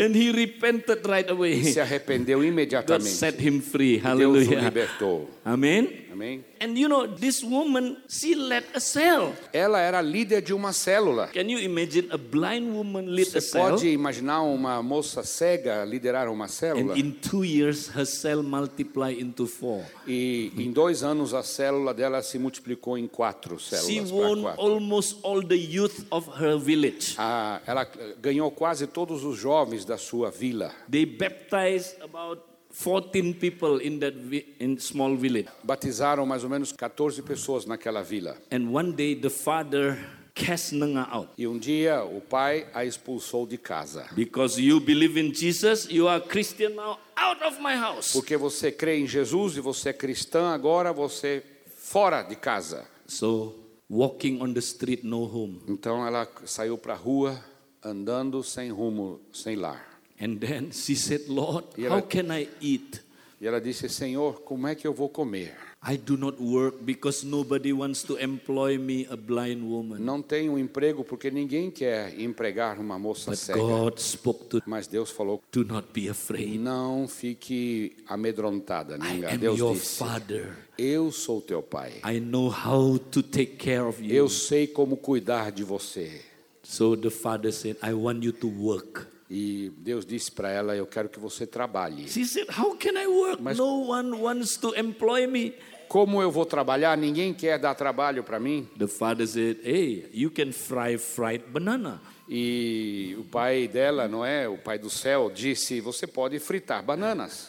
[SPEAKER 1] And he repented right away.
[SPEAKER 2] Se arrependeu
[SPEAKER 1] God
[SPEAKER 2] imediatamente.
[SPEAKER 1] set him free.
[SPEAKER 2] Deus o
[SPEAKER 1] Hallelujah.
[SPEAKER 2] libertou.
[SPEAKER 1] Amen.
[SPEAKER 2] Amém?
[SPEAKER 1] And you know, this woman, she led a cell.
[SPEAKER 2] Ela era líder de uma célula.
[SPEAKER 1] Can you imagine a blind woman lead a
[SPEAKER 2] Você
[SPEAKER 1] cell?
[SPEAKER 2] pode imaginar uma moça cega liderar uma
[SPEAKER 1] And
[SPEAKER 2] célula?
[SPEAKER 1] in two years, her cell multiplied into four.
[SPEAKER 2] E em dois anos a célula dela se multiplicou em quatro
[SPEAKER 1] She
[SPEAKER 2] células.
[SPEAKER 1] won
[SPEAKER 2] pra quatro.
[SPEAKER 1] almost all the youth of her village.
[SPEAKER 2] Ah, ela ganhou quase todos os jovens da sua vila.
[SPEAKER 1] They baptized about 14 people in that vi- in small village.
[SPEAKER 2] Batizaram mais ou menos 14 pessoas naquela vila.
[SPEAKER 1] And one day the father cast Nanga out.
[SPEAKER 2] E um dia o pai a expulsou de casa.
[SPEAKER 1] Because you believe in Jesus, you are Christian now, out of my house.
[SPEAKER 2] Porque você crê em Jesus e você é cristã, agora você fora de casa.
[SPEAKER 1] So walking on the street, no home.
[SPEAKER 2] Então ela saiu para a rua andando sem rumo, sem lar.
[SPEAKER 1] And then she said, Lord,
[SPEAKER 2] Yeah,
[SPEAKER 1] how
[SPEAKER 2] but-
[SPEAKER 1] can I eat?
[SPEAKER 2] E ela disse: Senhor, como é que eu vou comer?
[SPEAKER 1] I do not work because nobody wants to employ me, a blind woman.
[SPEAKER 2] Não tenho emprego porque ninguém quer empregar uma moça
[SPEAKER 1] But
[SPEAKER 2] cega.
[SPEAKER 1] God spoke to
[SPEAKER 2] Mas Deus falou:
[SPEAKER 1] do not be afraid.
[SPEAKER 2] Não fique amedrontada,
[SPEAKER 1] I
[SPEAKER 2] Ninga.
[SPEAKER 1] am
[SPEAKER 2] Deus
[SPEAKER 1] your
[SPEAKER 2] disse:
[SPEAKER 1] father.
[SPEAKER 2] Eu sou teu pai.
[SPEAKER 1] I know how to take care of you.
[SPEAKER 2] Eu sei como cuidar de você.
[SPEAKER 1] So the father said, I want you to work.
[SPEAKER 2] E Deus disse para ela: Eu quero que você trabalhe.
[SPEAKER 1] She said, How can I work?
[SPEAKER 2] Mas-
[SPEAKER 1] no one wants to employ me.
[SPEAKER 2] Como eu vou trabalhar? Ninguém quer dar trabalho para mim.
[SPEAKER 1] The father said, Hey, you can fry fried banana.
[SPEAKER 2] E o pai dela, não é? O pai do céu disse: Você pode fritar bananas.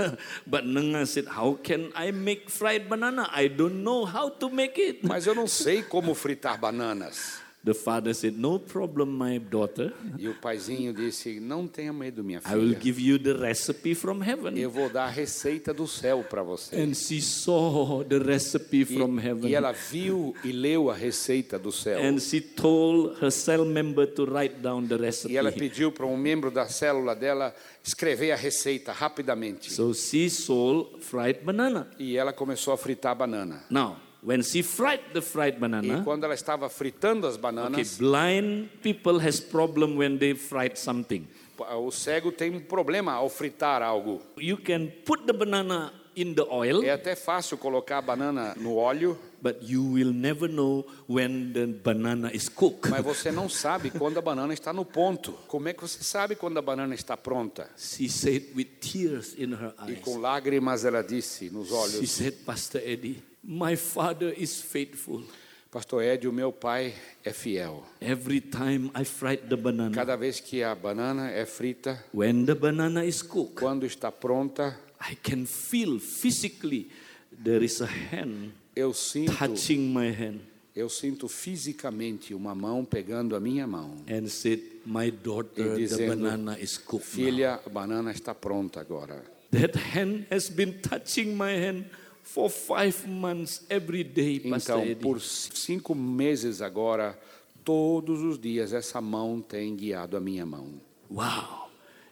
[SPEAKER 1] but Nanga said, How can I make fried banana? I don't know how to make it.
[SPEAKER 2] Mas eu não sei como fritar bananas.
[SPEAKER 1] The father said, No problem, my daughter.
[SPEAKER 2] E o paizinho disse: Não tenha medo, minha
[SPEAKER 1] I will
[SPEAKER 2] filha.
[SPEAKER 1] give you the recipe from heaven.
[SPEAKER 2] Eu vou dar a receita do céu para você.
[SPEAKER 1] And she saw the recipe
[SPEAKER 2] E,
[SPEAKER 1] from heaven.
[SPEAKER 2] e ela viu e leu a receita do céu.
[SPEAKER 1] And she told her cell member to write down the
[SPEAKER 2] E ela
[SPEAKER 1] recipe.
[SPEAKER 2] pediu para um membro da célula dela escrever a receita rapidamente.
[SPEAKER 1] So she sold fried banana.
[SPEAKER 2] E ela começou a fritar banana.
[SPEAKER 1] Now, When she fried the fried
[SPEAKER 2] E
[SPEAKER 1] banana,
[SPEAKER 2] quando ela estava fritando as
[SPEAKER 1] okay,
[SPEAKER 2] bananas,
[SPEAKER 1] blind people has problem when they fried something.
[SPEAKER 2] o cego tem um problema ao fritar algo.
[SPEAKER 1] You can put the banana in the oil,
[SPEAKER 2] É até fácil colocar a banana no óleo,
[SPEAKER 1] but you will never know when the banana is cooked.
[SPEAKER 2] mas você não sabe quando a banana está no ponto. Como é que você sabe quando a banana está pronta?
[SPEAKER 1] She said with tears in her
[SPEAKER 2] E
[SPEAKER 1] eyes.
[SPEAKER 2] com lágrimas ela disse nos
[SPEAKER 1] She
[SPEAKER 2] olhos:
[SPEAKER 1] said, Pastor Eddie, my father is faithful.
[SPEAKER 2] Pastor Ed, o meu pai é fiel.
[SPEAKER 1] Every time I fried the banana,
[SPEAKER 2] Cada vez que a banana é frita,
[SPEAKER 1] when the banana is cooked,
[SPEAKER 2] quando está pronta,
[SPEAKER 1] I can feel physically there is a hand
[SPEAKER 2] eu sinto,
[SPEAKER 1] Tá touching my hand
[SPEAKER 2] eu sinto fisicamente uma mão pegando a minha mão.
[SPEAKER 1] and said, My daughter,
[SPEAKER 2] E
[SPEAKER 1] the
[SPEAKER 2] dizendo,
[SPEAKER 1] banana is cooked. now."
[SPEAKER 2] Filha, a banana está pronta agora.
[SPEAKER 1] That hand has been touching my hand for five months every day, Pastor
[SPEAKER 2] Então,
[SPEAKER 1] Eddie.
[SPEAKER 2] por cinco meses agora, todos os dias, essa mão tem guiado a minha mão.
[SPEAKER 1] Wow.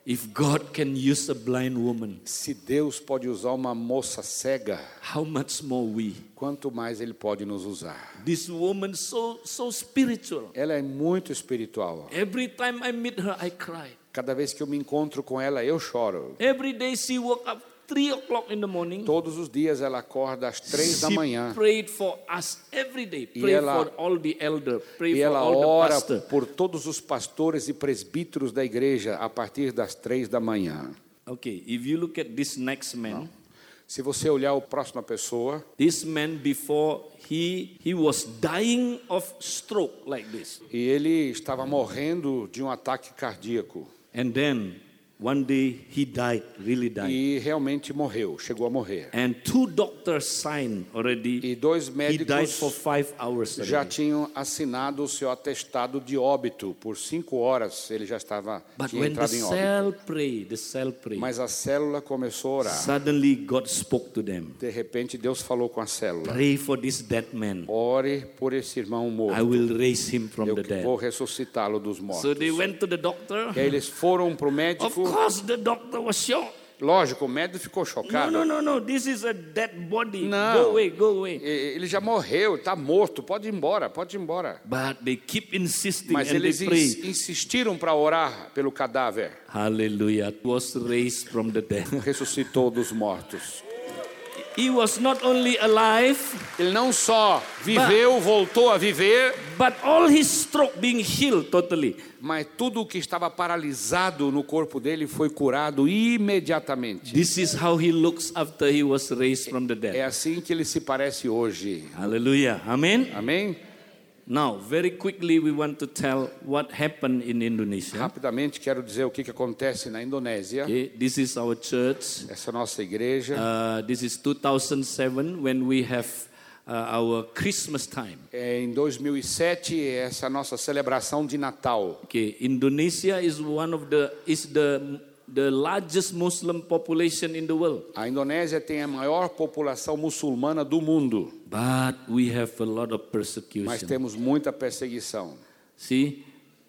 [SPEAKER 1] If God can use a blind woman,
[SPEAKER 2] Se Deus pode usar uma moça cega,
[SPEAKER 1] how much more we?
[SPEAKER 2] quanto mais Ele pode nos usar.
[SPEAKER 1] This woman so so spiritual.
[SPEAKER 2] Ela é muito espiritual.
[SPEAKER 1] Every time I meet her, I cry.
[SPEAKER 2] Cada vez que eu me encontro com ela, eu choro.
[SPEAKER 1] Every day she woke up three o'clock in the morning.
[SPEAKER 2] Todos os dias ela acorda às três da
[SPEAKER 1] She
[SPEAKER 2] manhã
[SPEAKER 1] prayed for us every day.
[SPEAKER 2] E
[SPEAKER 1] Pray
[SPEAKER 2] ela-
[SPEAKER 1] for all the elder. Pray
[SPEAKER 2] e
[SPEAKER 1] for
[SPEAKER 2] ela
[SPEAKER 1] all the
[SPEAKER 2] ora
[SPEAKER 1] pastor.
[SPEAKER 2] por todos os pastores e presbíteros da igreja a partir das três da manhã.
[SPEAKER 1] Okay, if you look at this next man,
[SPEAKER 2] Se você olhar o próxima pessoa,
[SPEAKER 1] this man before he he was dying of stroke like this,
[SPEAKER 2] e ele estava morrendo de um ataque cardíaco
[SPEAKER 1] and then one day he died, really died.
[SPEAKER 2] e realmente morreu, chegou a morrer.
[SPEAKER 1] And two doctors signed already.
[SPEAKER 2] E
[SPEAKER 1] He
[SPEAKER 2] dois
[SPEAKER 1] died for
[SPEAKER 2] médicos
[SPEAKER 1] five hours.
[SPEAKER 2] já
[SPEAKER 1] already.
[SPEAKER 2] tinham assinado o seu atestado de óbito por cinco horas. Ele já estava
[SPEAKER 1] But
[SPEAKER 2] tinha
[SPEAKER 1] when the
[SPEAKER 2] entrado em óbito.
[SPEAKER 1] cell pray, the cell pray,
[SPEAKER 2] Mas a célula começou a orar.
[SPEAKER 1] suddenly God spoke to them.
[SPEAKER 2] De repente Deus falou com a célula.
[SPEAKER 1] Pray for this dead man.
[SPEAKER 2] Ore por esse irmão
[SPEAKER 1] I
[SPEAKER 2] morto.
[SPEAKER 1] will raise him from
[SPEAKER 2] Eu
[SPEAKER 1] the
[SPEAKER 2] vou
[SPEAKER 1] dead.
[SPEAKER 2] ressuscitá-lo dos mortos.
[SPEAKER 1] So they went to the doctor.
[SPEAKER 2] E aí eles foram para o
[SPEAKER 1] Of
[SPEAKER 2] médico.
[SPEAKER 1] course, the doctor was shocked.
[SPEAKER 2] Lógico, o médico ficou
[SPEAKER 1] No,
[SPEAKER 2] chocado.
[SPEAKER 1] no, no, no. This is a dead body.
[SPEAKER 2] Não.
[SPEAKER 1] Go away, go
[SPEAKER 2] E-
[SPEAKER 1] away.
[SPEAKER 2] Ele já morreu, está morto. Pode ir embora, pode ir embora.
[SPEAKER 1] But they keep insisting
[SPEAKER 2] Mas
[SPEAKER 1] and
[SPEAKER 2] eles
[SPEAKER 1] they pray.
[SPEAKER 2] ins- insistiram para orar pelo cadáver.
[SPEAKER 1] Hallelujah. Was raised from the dead.
[SPEAKER 2] Ressuscitou dos mortos.
[SPEAKER 1] He was not only alive,
[SPEAKER 2] Ele não só viveu, voltou a viver,
[SPEAKER 1] but all his stroke being healed totally.
[SPEAKER 2] mas tudo o que estava paralisado no corpo dele foi curado imediatamente.
[SPEAKER 1] This is how he looks after he was raised from the
[SPEAKER 2] É
[SPEAKER 1] dead.
[SPEAKER 2] assim que ele se parece hoje.
[SPEAKER 1] Hallelujah. Amen.
[SPEAKER 2] Amém?
[SPEAKER 1] Uhum. Now, very quickly, we want to tell what happened in Indonesia.
[SPEAKER 2] Rapidamente quero dizer o que, que acontece na Indonésia.
[SPEAKER 1] Okay, this is our church.
[SPEAKER 2] Essa nossa igreja.
[SPEAKER 1] Uh, this is 2007 when we have uh, our Christmas time.
[SPEAKER 2] É, em 2007, essa nossa celebração de Natal.
[SPEAKER 1] Okay, Indonesia is one of the is the the largest Muslim population in the world,
[SPEAKER 2] A Indonésia tem a maior população muçulmana do mundo,
[SPEAKER 1] but we have a lot of
[SPEAKER 2] mas
[SPEAKER 1] persecution.
[SPEAKER 2] temos muita perseguição.
[SPEAKER 1] See,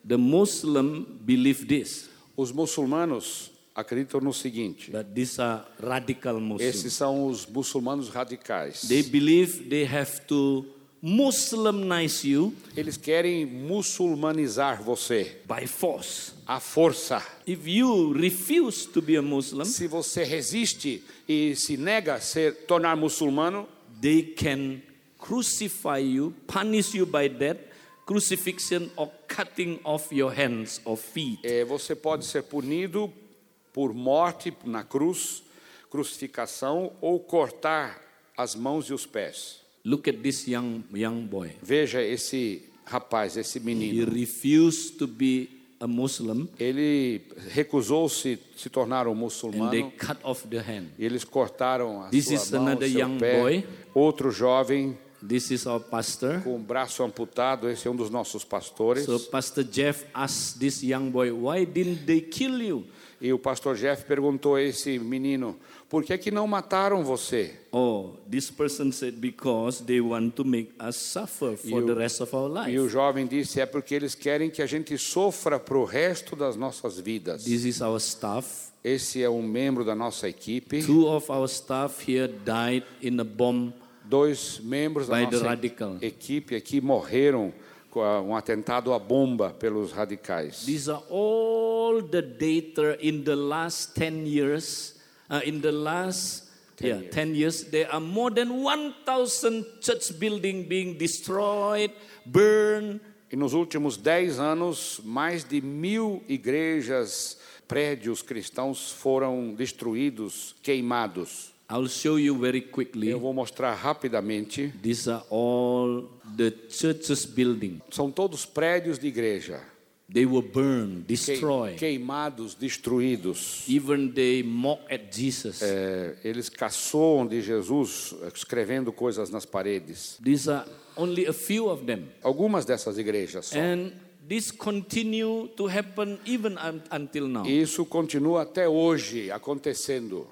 [SPEAKER 1] the Muslim believe this,
[SPEAKER 2] Os muçulmanos acreditam no seguinte:
[SPEAKER 1] but these are radical Muslims.
[SPEAKER 2] esses são os muçulmanos radicais.
[SPEAKER 1] They believe they have to Muslimize you
[SPEAKER 2] Eles querem muçulmanizar você
[SPEAKER 1] by force.
[SPEAKER 2] à força.
[SPEAKER 1] If you refuse to be a Muslim,
[SPEAKER 2] Se você resiste e se nega a ser tornar muçulmano,
[SPEAKER 1] they can crucify you, punish you by death, crucifixion, or cutting off your hands or feet.
[SPEAKER 2] eh, você pode ser punido por morte na cruz, crucificação ou cortar as mãos e os pés.
[SPEAKER 1] Look at this young young boy.
[SPEAKER 2] Veja esse rapaz, esse
[SPEAKER 1] He
[SPEAKER 2] menino.
[SPEAKER 1] refused to be a Muslim,
[SPEAKER 2] Ele recusou-se se tornar um
[SPEAKER 1] and they
[SPEAKER 2] muçulmano.
[SPEAKER 1] cut off the hand.
[SPEAKER 2] E eles cortaram a
[SPEAKER 1] This is
[SPEAKER 2] sua mão,
[SPEAKER 1] another
[SPEAKER 2] o seu
[SPEAKER 1] young
[SPEAKER 2] pé.
[SPEAKER 1] boy.
[SPEAKER 2] Outro jovem
[SPEAKER 1] This is our pastor.
[SPEAKER 2] com o braço amputado, esse é um dos nossos pastores.
[SPEAKER 1] So Pastor Jeff asked this young boy, "Why didn't they kill you?"
[SPEAKER 2] E o pastor Jeff perguntou a esse menino: "Por que que não mataram você?"
[SPEAKER 1] Oh, this person said, "Because they want to make us suffer for
[SPEAKER 2] You-
[SPEAKER 1] the rest of our
[SPEAKER 2] E o
[SPEAKER 1] life."
[SPEAKER 2] jovem disse: é porque eles querem que a gente sofra para o resto das nossas vidas.
[SPEAKER 1] This is our staff.
[SPEAKER 2] Esse é um membro da nossa equipe.
[SPEAKER 1] Two of our staff here died in a bomb
[SPEAKER 2] dois membros da
[SPEAKER 1] By the
[SPEAKER 2] nossa
[SPEAKER 1] radical.
[SPEAKER 2] equipe aqui morreram com a- um atentado à bomba pelos radicais.
[SPEAKER 1] These are all the data in the last 10 years. Uh, in the last 10, yeah, years. 10 years, there are more than 1,000 church buildings being destroyed, burned.
[SPEAKER 2] E nos últimos dez anos, mais de mil igrejas, prédios cristãos foram destruídos, queimados.
[SPEAKER 1] I'll show you very quickly.
[SPEAKER 2] Eu vou mostrar rapidamente.
[SPEAKER 1] These are all the churches building.
[SPEAKER 2] São todos prédios de igreja.
[SPEAKER 1] They were burned,
[SPEAKER 2] que-
[SPEAKER 1] destroyed.
[SPEAKER 2] Queimados, destruídos.
[SPEAKER 1] Even they mock at Jesus.
[SPEAKER 2] É, eles caçoam de Jesus, escrevendo coisas nas paredes.
[SPEAKER 1] These are only a few of them.
[SPEAKER 2] Algumas dessas igrejas só.
[SPEAKER 1] And this continue to happen even un- until now.
[SPEAKER 2] E isso continua até hoje acontecendo.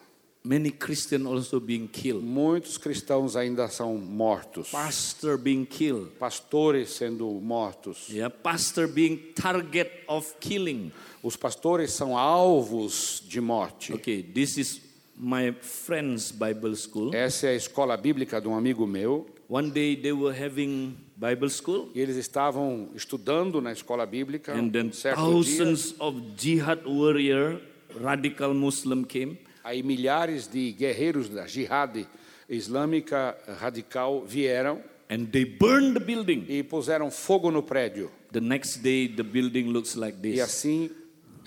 [SPEAKER 1] Many Christians also being killed.
[SPEAKER 2] Muitos cristãos ainda são mortos.
[SPEAKER 1] Pastor being killed.
[SPEAKER 2] Pastores sendo mortos.
[SPEAKER 1] Yeah, pastor being target of killing.
[SPEAKER 2] Os pastores são alvos de morte.
[SPEAKER 1] Okay, this is my friend's Bible school.
[SPEAKER 2] Essa é a escola bíblica de um amigo meu.
[SPEAKER 1] One day they were having Bible school.
[SPEAKER 2] E eles estavam estudando na escola bíblica.
[SPEAKER 1] And then
[SPEAKER 2] Um certo dia,
[SPEAKER 1] thousands of jihad warrior, radical Muslim came.
[SPEAKER 2] aí milhares de guerreiros da jihad islâmica radical vieram
[SPEAKER 1] And they burned the building.
[SPEAKER 2] e puseram fogo no prédio.
[SPEAKER 1] The next day, the building looks like
[SPEAKER 2] E
[SPEAKER 1] this.
[SPEAKER 2] assim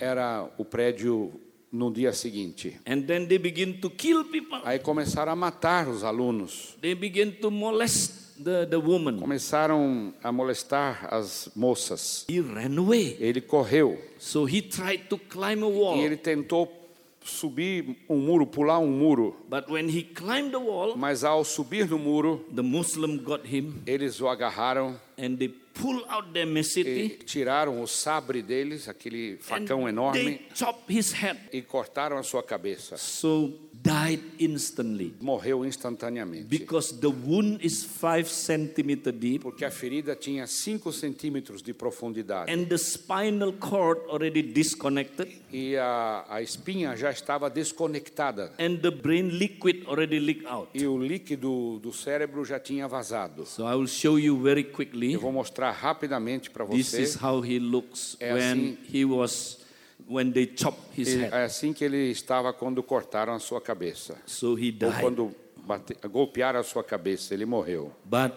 [SPEAKER 2] era o prédio no dia seguinte.
[SPEAKER 1] And then they begin to kill people.
[SPEAKER 2] Aí começaram a matar os alunos,
[SPEAKER 1] They begin to molest the, the woman.
[SPEAKER 2] começaram a molestar as moças.
[SPEAKER 1] He ran away.
[SPEAKER 2] Ele correu
[SPEAKER 1] So he tried to climb a
[SPEAKER 2] e
[SPEAKER 1] wall.
[SPEAKER 2] ele tentou subir um muro, pular um muro,
[SPEAKER 1] But when he climbed the wall,
[SPEAKER 2] mas ao subir no muro,
[SPEAKER 1] the Muslim got him
[SPEAKER 2] eles o agarraram
[SPEAKER 1] and they pull out their
[SPEAKER 2] e
[SPEAKER 1] machete
[SPEAKER 2] tiraram o sabre deles, aquele
[SPEAKER 1] and
[SPEAKER 2] facão
[SPEAKER 1] they
[SPEAKER 2] enorme,
[SPEAKER 1] chop his head.
[SPEAKER 2] e cortaram a sua cabeça.
[SPEAKER 1] So died instantly
[SPEAKER 2] Morreu instantaneamente,
[SPEAKER 1] because the wound is five centimeter deep
[SPEAKER 2] porque a ferida tinha 5 centímetros de profundidade.
[SPEAKER 1] and the spinal cord already disconnected
[SPEAKER 2] e a, a espinha já estava desconectada
[SPEAKER 1] and the brain liquid already leaked out.
[SPEAKER 2] e o líquido do cérebro já tinha vazado.
[SPEAKER 1] So I will show you very quickly.
[SPEAKER 2] Eu vou mostrar rapidamente para
[SPEAKER 1] This
[SPEAKER 2] você.
[SPEAKER 1] is how he looks
[SPEAKER 2] É
[SPEAKER 1] when
[SPEAKER 2] assim.
[SPEAKER 1] he was when they chopped his
[SPEAKER 2] E
[SPEAKER 1] head.
[SPEAKER 2] É assim que ele estava quando cortaram a sua cabeça.
[SPEAKER 1] So he
[SPEAKER 2] Ou
[SPEAKER 1] died.
[SPEAKER 2] quando bate, golpearam a sua cabeça, ele morreu.
[SPEAKER 1] But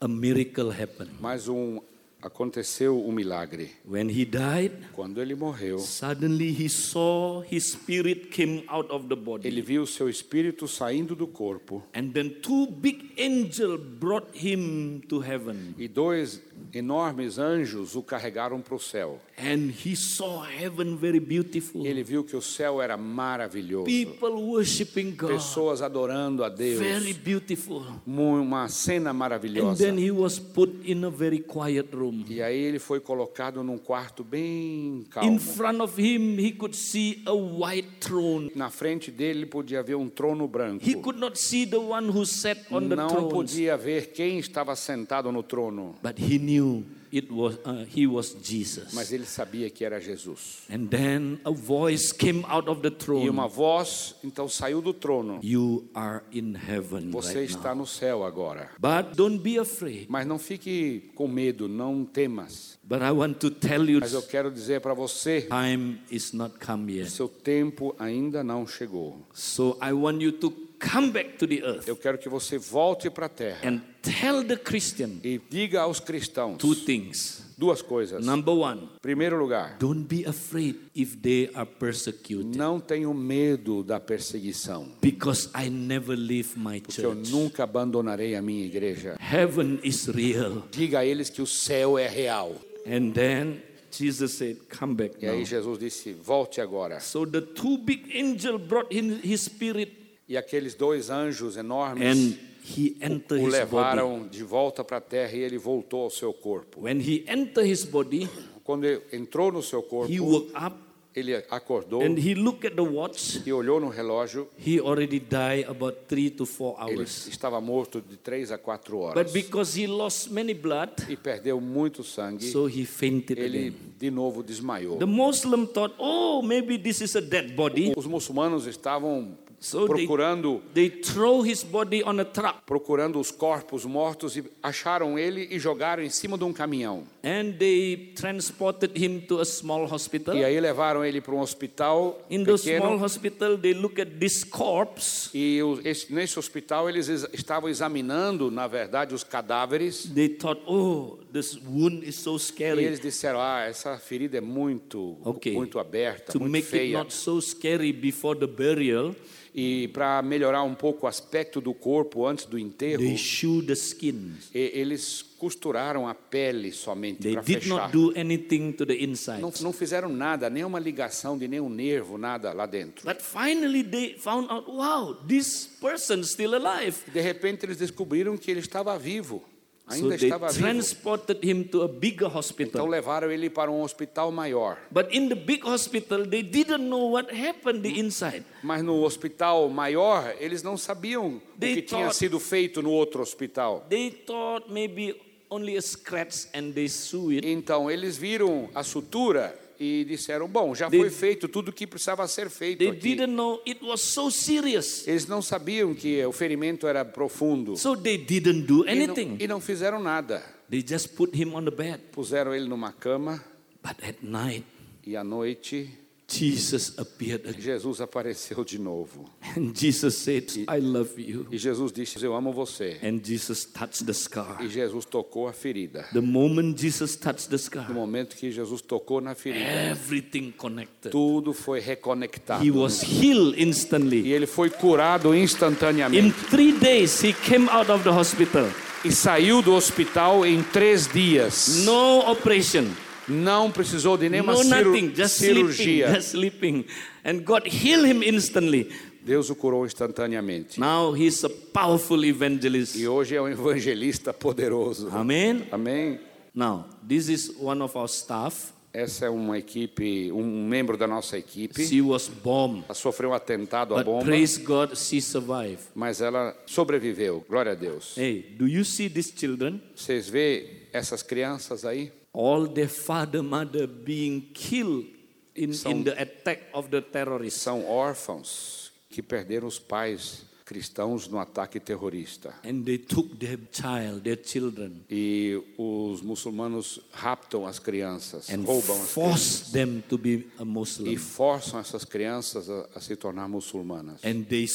[SPEAKER 1] a miracle happened.
[SPEAKER 2] Mas um, aconteceu um milagre.
[SPEAKER 1] When he died,
[SPEAKER 2] Quando ele morreu,
[SPEAKER 1] suddenly he saw his spirit came out of the
[SPEAKER 2] ele
[SPEAKER 1] body.
[SPEAKER 2] viu seu espírito saindo do corpo
[SPEAKER 1] And then two big angels brought him to heaven.
[SPEAKER 2] e dois enormes anjos o carregaram para o céu.
[SPEAKER 1] And he saw heaven very beautiful.
[SPEAKER 2] Ele viu que o céu era maravilhoso.
[SPEAKER 1] People worshiping God.
[SPEAKER 2] Pessoas adorando a Deus.
[SPEAKER 1] Very beautiful.
[SPEAKER 2] Mu- uma cena
[SPEAKER 1] And
[SPEAKER 2] maravilhosa.
[SPEAKER 1] then he was put in a very quiet room.
[SPEAKER 2] E aí ele foi colocado num quarto bem calmo.
[SPEAKER 1] In front of him, he could see a white throne.
[SPEAKER 2] Na frente dele ele podia ver um trono branco.
[SPEAKER 1] He could not see the one who sat on the
[SPEAKER 2] Não
[SPEAKER 1] throne,
[SPEAKER 2] podia ver quem estava sentado no trono,
[SPEAKER 1] but he knew it was uh, he was Jesus.
[SPEAKER 2] mas ele sabia que era Jesus.
[SPEAKER 1] And then a voice came out of the
[SPEAKER 2] E
[SPEAKER 1] throne.
[SPEAKER 2] uma voz então saiu do trono.
[SPEAKER 1] You are in heaven
[SPEAKER 2] Você
[SPEAKER 1] right
[SPEAKER 2] está
[SPEAKER 1] now.
[SPEAKER 2] no céu agora.
[SPEAKER 1] But don't be afraid.
[SPEAKER 2] Mas não fique com medo, não temas.
[SPEAKER 1] But I want to tell you,
[SPEAKER 2] Mas eu quero dizer para você,
[SPEAKER 1] time is not come yet.
[SPEAKER 2] seu tempo ainda não chegou.
[SPEAKER 1] So I want you to come back to the earth
[SPEAKER 2] Eu quero que você volte para a terra
[SPEAKER 1] and tell the Christian
[SPEAKER 2] e diga aos cristãos
[SPEAKER 1] two things.
[SPEAKER 2] duas coisas.
[SPEAKER 1] Number one,
[SPEAKER 2] Primeiro lugar,
[SPEAKER 1] don't be afraid if they are persecuted.
[SPEAKER 2] não tenho medo da perseguição,
[SPEAKER 1] Because I never leave my
[SPEAKER 2] porque eu
[SPEAKER 1] church.
[SPEAKER 2] nunca abandonarei a minha igreja.
[SPEAKER 1] Heaven is real.
[SPEAKER 2] Diga a eles que o céu é real.
[SPEAKER 1] And then Jesus said, Come back
[SPEAKER 2] E
[SPEAKER 1] now.
[SPEAKER 2] aí Jesus disse: Volte agora.
[SPEAKER 1] So the two big angels brought him his spirit
[SPEAKER 2] E aqueles dois anjos enormes
[SPEAKER 1] and he entered
[SPEAKER 2] o
[SPEAKER 1] his body.
[SPEAKER 2] levaram de volta para a terra e ele voltou ao seu corpo.
[SPEAKER 1] When he entered his body,
[SPEAKER 2] Quando ele entrou no seu
[SPEAKER 1] he
[SPEAKER 2] corpo,
[SPEAKER 1] woke up
[SPEAKER 2] ele acordou
[SPEAKER 1] and he looked at the watch.
[SPEAKER 2] e olhou no relógio.
[SPEAKER 1] He already died about three to four
[SPEAKER 2] Ele
[SPEAKER 1] hours.
[SPEAKER 2] estava morto de três a quatro horas
[SPEAKER 1] But because he lost many blood,
[SPEAKER 2] e perdeu muito sangue.
[SPEAKER 1] so he fainted
[SPEAKER 2] Ele
[SPEAKER 1] again.
[SPEAKER 2] de novo desmaiou.
[SPEAKER 1] The Muslim thought, oh, maybe this is a dead body.
[SPEAKER 2] Os muçulmanos estavam
[SPEAKER 1] So they,
[SPEAKER 2] procurando
[SPEAKER 1] they throw his body on a truck
[SPEAKER 2] procurando os corpos mortos e acharam ele e jogaram em cima de um caminhão.
[SPEAKER 1] and they transported him to a small hospital.
[SPEAKER 2] E aí levaram ele para um hospital
[SPEAKER 1] In the small
[SPEAKER 2] pequeno.
[SPEAKER 1] hospital, they look at this corpse.
[SPEAKER 2] E o- esse- nesse hospital eles ex- estavam examinando, na verdade, os cadáveres.
[SPEAKER 1] They thought, oh, this wound is so
[SPEAKER 2] E
[SPEAKER 1] scary.
[SPEAKER 2] eles disseram: Ah, essa ferida é muito,
[SPEAKER 1] Okay.
[SPEAKER 2] muito aberta,
[SPEAKER 1] To
[SPEAKER 2] muito
[SPEAKER 1] make it
[SPEAKER 2] feia.
[SPEAKER 1] not so scary before the burial,
[SPEAKER 2] E para melhorar um pouco o aspecto do corpo antes do enterro,
[SPEAKER 1] they shoe the skin.
[SPEAKER 2] e- eles costuraram a pele somente
[SPEAKER 1] They
[SPEAKER 2] para
[SPEAKER 1] did not
[SPEAKER 2] fechar.
[SPEAKER 1] do anything to the inside.
[SPEAKER 2] Não, não fizeram nada, nenhuma ligação de nenhum nervo, nada lá dentro.
[SPEAKER 1] But finally, they found out, wow, this person's still alive.
[SPEAKER 2] De repente eles descobriram que ele estava vivo,
[SPEAKER 1] So
[SPEAKER 2] ainda
[SPEAKER 1] they
[SPEAKER 2] estava vivo.
[SPEAKER 1] transported him to a bigger
[SPEAKER 2] Então
[SPEAKER 1] hospital.
[SPEAKER 2] levaram ele para um hospital maior.
[SPEAKER 1] But in the big hospital, they didn't know what happened the inside.
[SPEAKER 2] Mas no hospital maior, eles não sabiam o
[SPEAKER 1] They
[SPEAKER 2] que tinha
[SPEAKER 1] thought-
[SPEAKER 2] sido feito no outro hospital.
[SPEAKER 1] They thought maybe only a scratch and they sew it.
[SPEAKER 2] Então eles viram a sutura e disseram: Bom, já
[SPEAKER 1] They-
[SPEAKER 2] foi feito tudo o que precisava ser feito.
[SPEAKER 1] They
[SPEAKER 2] Aqui.
[SPEAKER 1] didn't know it was so serious.
[SPEAKER 2] Eles não sabiam que o ferimento era profundo.
[SPEAKER 1] So they didn't do
[SPEAKER 2] E não,
[SPEAKER 1] anything.
[SPEAKER 2] e não fizeram nada.
[SPEAKER 1] They just put him on the bed.
[SPEAKER 2] Puseram ele numa cama
[SPEAKER 1] But at night,
[SPEAKER 2] e à noite
[SPEAKER 1] Jesus appeared again.
[SPEAKER 2] Jesus apareceu de novo.
[SPEAKER 1] And Jesus said, I love you.
[SPEAKER 2] E Jesus disse: Eu amo você.
[SPEAKER 1] And Jesus touched the scar.
[SPEAKER 2] E Jesus tocou a ferida.
[SPEAKER 1] The moment Jesus touched the
[SPEAKER 2] No
[SPEAKER 1] scar,
[SPEAKER 2] momento que Jesus tocou na ferida,
[SPEAKER 1] everything connected.
[SPEAKER 2] tudo foi reconectado.
[SPEAKER 1] He was healed instantly.
[SPEAKER 2] E ele foi curado
[SPEAKER 1] In
[SPEAKER 2] instantaneamente.
[SPEAKER 1] three days, he came out of the hospital.
[SPEAKER 2] E saiu do hospital em três dias.
[SPEAKER 1] No operation,
[SPEAKER 2] Não precisou de nenhuma
[SPEAKER 1] no
[SPEAKER 2] ciru-
[SPEAKER 1] nothing, just sleeping,
[SPEAKER 2] cirurgia.
[SPEAKER 1] just sleeping. And God healed him instantly.
[SPEAKER 2] Deus o curou instantaneamente.
[SPEAKER 1] Now he's a powerful evangelist.
[SPEAKER 2] E hoje é um evangelista poderoso.
[SPEAKER 1] Amen.
[SPEAKER 2] Amém?
[SPEAKER 1] Now, this is one of our staff.
[SPEAKER 2] Essa é uma equipe, um membro da nossa equipe.
[SPEAKER 1] She was bombed,
[SPEAKER 2] Ela sofreu um atentado à
[SPEAKER 1] but
[SPEAKER 2] bomba,
[SPEAKER 1] praise God, she survived.
[SPEAKER 2] mas ela sobreviveu. Glória a Deus.
[SPEAKER 1] Hey, do you see these children?
[SPEAKER 2] Vocês vê essas crianças aí?
[SPEAKER 1] all their father mother being killed in, in the attack of the terrorists
[SPEAKER 2] São órfãos que perderam os pais cristãos no ataque terrorista.
[SPEAKER 1] and they took their child their children
[SPEAKER 2] E os muçulmanos raptam as crianças,
[SPEAKER 1] and
[SPEAKER 2] roubam as
[SPEAKER 1] forced them to be a
[SPEAKER 2] e
[SPEAKER 1] muslim
[SPEAKER 2] forçam essas crianças a, a se tornar muçulmanas.
[SPEAKER 1] and they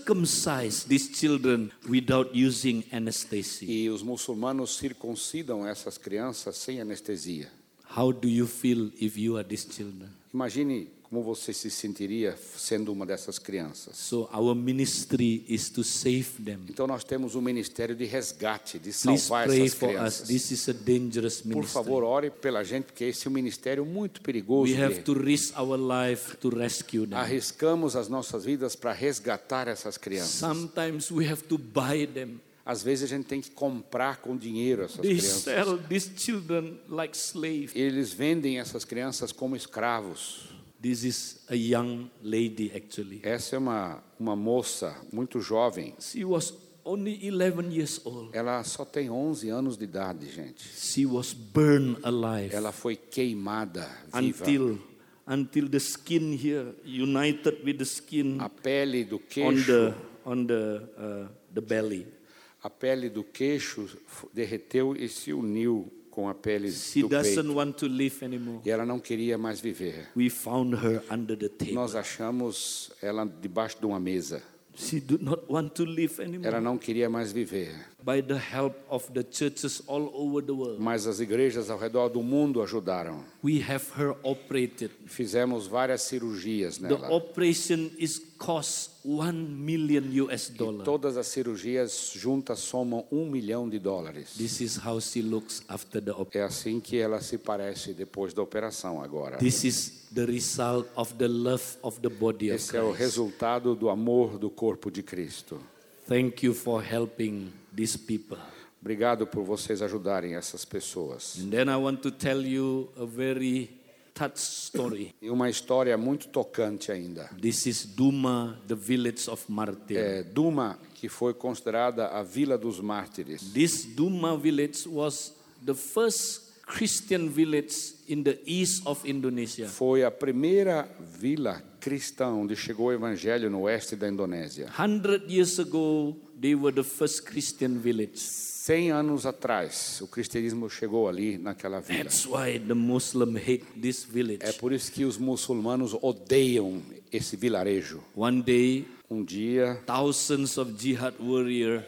[SPEAKER 1] circumcised these children without using anesthesia
[SPEAKER 2] E os muçulmanos circuncidam essas crianças sem anestesia.
[SPEAKER 1] how do you feel if you are these children
[SPEAKER 2] Imagine como você se sentiria sendo uma dessas crianças.
[SPEAKER 1] so our ministry is to save them
[SPEAKER 2] Então nós temos um ministério de resgate, de
[SPEAKER 1] please
[SPEAKER 2] salvar
[SPEAKER 1] pray
[SPEAKER 2] essas
[SPEAKER 1] for us
[SPEAKER 2] crianças.
[SPEAKER 1] this is a dangerous
[SPEAKER 2] Por
[SPEAKER 1] ministry
[SPEAKER 2] favor, ore pela gente, porque esse é um ministério muito perigoso.
[SPEAKER 1] we have
[SPEAKER 2] de-
[SPEAKER 1] to risk our life to rescue them
[SPEAKER 2] Arriscamos as nossas vidas para resgatar essas crianças.
[SPEAKER 1] Sometimes we have to buy them.
[SPEAKER 2] Às vezes a gente tem que comprar com dinheiro essas
[SPEAKER 1] They
[SPEAKER 2] crianças.
[SPEAKER 1] sell these children like slaves.
[SPEAKER 2] Eles vendem essas crianças como escravos.
[SPEAKER 1] This is a young lady actually.
[SPEAKER 2] Essa é uma, uma moça muito jovem.
[SPEAKER 1] She was only 11 years old.
[SPEAKER 2] Ela só tem 11 anos de idade, gente.
[SPEAKER 1] She was burned alive
[SPEAKER 2] Ela foi queimada viva.
[SPEAKER 1] until until the skin here united with the skin
[SPEAKER 2] a pele do
[SPEAKER 1] on
[SPEAKER 2] queixo,
[SPEAKER 1] the on the uh, the belly.
[SPEAKER 2] a pele do queixo f- derreteu e se uniu com a pele
[SPEAKER 1] She
[SPEAKER 2] do peito.
[SPEAKER 1] doesn't want to live anymore.
[SPEAKER 2] E ela não queria mais viver.
[SPEAKER 1] We found her under the table.
[SPEAKER 2] Nós achamos ela debaixo de uma mesa.
[SPEAKER 1] She do not want to live anymore.
[SPEAKER 2] Ela não queria mais viver.
[SPEAKER 1] By the help of the churches all over the world.
[SPEAKER 2] Mas as igrejas ao redor do mundo ajudaram.
[SPEAKER 1] We have her operated.
[SPEAKER 2] Fizemos várias cirurgias
[SPEAKER 1] The
[SPEAKER 2] nela.
[SPEAKER 1] operation is cost 1 million US
[SPEAKER 2] E
[SPEAKER 1] dollar.
[SPEAKER 2] todas as cirurgias juntas somam um milhão de dólares.
[SPEAKER 1] This is how she looks after the operation.
[SPEAKER 2] É assim que ela se parece depois da operação agora.
[SPEAKER 1] This is the result of the love of the body of
[SPEAKER 2] Esse é o
[SPEAKER 1] Christ.
[SPEAKER 2] resultado do amor do corpo de Cristo.
[SPEAKER 1] Thank you for helping these people.
[SPEAKER 2] Obrigado por vocês ajudarem essas pessoas.
[SPEAKER 1] And then I want to tell you a very touch story.
[SPEAKER 2] E uma história muito tocante ainda.
[SPEAKER 1] This is Duma, the village of martyrs.
[SPEAKER 2] É Duma, que foi considerada a Vila dos Mártires.
[SPEAKER 1] This Duma village was the first Christian village in the east of Indonesia.
[SPEAKER 2] Foi a primeira vila cristã onde chegou o evangelho no oeste da Indonésia.
[SPEAKER 1] 100 years ago, they were the first Christian village.
[SPEAKER 2] 100 anos atrás, o cristianismo chegou ali naquela vila.
[SPEAKER 1] That's why the Muslim hate this
[SPEAKER 2] É
[SPEAKER 1] village.
[SPEAKER 2] por isso que os muçulmanos odeiam esse vilarejo.
[SPEAKER 1] One day,
[SPEAKER 2] Um dia,
[SPEAKER 1] thousands of jihad warrior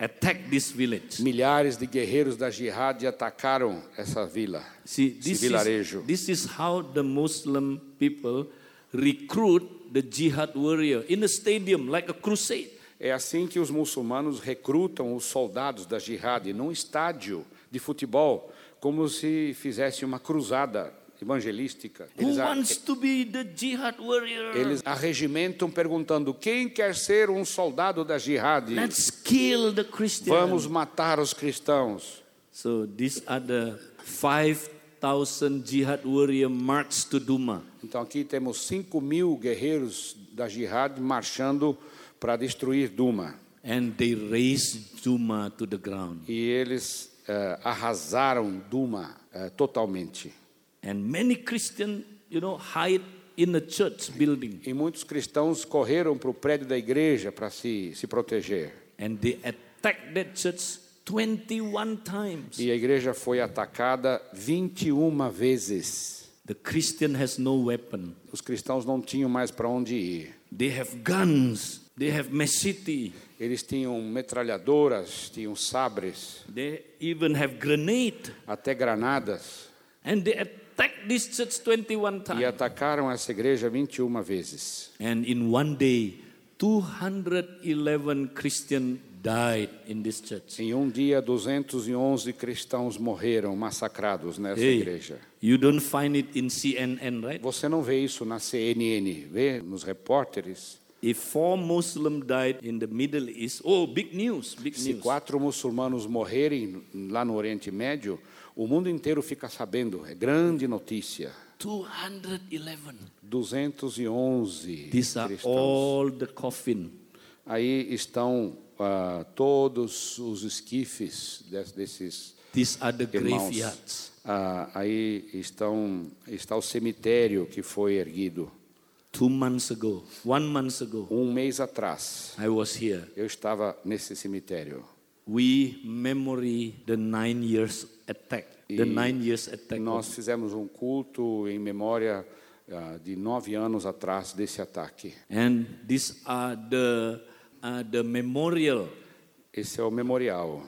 [SPEAKER 1] attacked this village.
[SPEAKER 2] milhares de guerreiros da jihad atacaram essa vila.
[SPEAKER 1] See,
[SPEAKER 2] esse
[SPEAKER 1] this is,
[SPEAKER 2] vilarejo.
[SPEAKER 1] this is how the Muslim people recruit the jihad warrior in a stadium like a crusade.
[SPEAKER 2] É assim que os muçulmanos recrutam os soldados da jihad num estádio de futebol, como se fizesse uma cruzada evangelística.
[SPEAKER 1] Who
[SPEAKER 2] Eles, a,
[SPEAKER 1] wants to be the jihad warrior?
[SPEAKER 2] eles arregimentam perguntando: quem quer ser um soldado da jihad?
[SPEAKER 1] Let's kill the Christians.
[SPEAKER 2] Vamos matar os cristãos.
[SPEAKER 1] So these are the 5,000 jihad warrior march to Duma.
[SPEAKER 2] Então aqui temos 5 mil guerreiros da jihad marchando para destruir Duma.
[SPEAKER 1] And they razed Duma to the ground.
[SPEAKER 2] E eles eh, arrasaram Duma eh, totalmente.
[SPEAKER 1] And many Christian, you know, hide in a church building.
[SPEAKER 2] E muitos cristãos correram para o prédio da igreja para se, se proteger.
[SPEAKER 1] And they attacked that church 21 times.
[SPEAKER 2] E a igreja foi atacada 21 vezes.
[SPEAKER 1] The Christian has no weapon.
[SPEAKER 2] Os cristãos não tinham mais para onde ir.
[SPEAKER 1] They have guns. They have machete.
[SPEAKER 2] Eles tinham metralhadoras, tinham sabres,
[SPEAKER 1] They even have grenade.
[SPEAKER 2] até granadas.
[SPEAKER 1] And they attacked this church 21
[SPEAKER 2] E
[SPEAKER 1] times.
[SPEAKER 2] atacaram essa igreja 21 vezes.
[SPEAKER 1] And in one day, 211 Christian died in this church.
[SPEAKER 2] Em um dia, 211 cristãos morreram massacrados nessa igreja.
[SPEAKER 1] you don't find it in CNN, right?
[SPEAKER 2] Você não vê isso na CNN, vê nos repórteres.
[SPEAKER 1] If four Muslim died in the Middle East, oh, big news, big
[SPEAKER 2] Se
[SPEAKER 1] news.
[SPEAKER 2] quatro muçulmanos morrerem lá no Oriente Médio, o mundo inteiro fica sabendo. É grande notícia.
[SPEAKER 1] 211.
[SPEAKER 2] 211
[SPEAKER 1] These are
[SPEAKER 2] cristãos.
[SPEAKER 1] all the coffin.
[SPEAKER 2] Aí estão ah, todos os esquifes des- desses
[SPEAKER 1] These are the
[SPEAKER 2] irmãos.
[SPEAKER 1] graveyards.
[SPEAKER 2] Ah, aí estão, está o cemitério que foi erguido.
[SPEAKER 1] Two months ago, one month ago,
[SPEAKER 2] Um mês atrás,
[SPEAKER 1] I was here.
[SPEAKER 2] eu estava nesse cemitério.
[SPEAKER 1] We memory the nine years attack. The nine years attack.
[SPEAKER 2] Nós fizemos um culto em memória ah, de nove anos atrás desse ataque.
[SPEAKER 1] And these are the, uh, the memorial.
[SPEAKER 2] Esse é o memorial.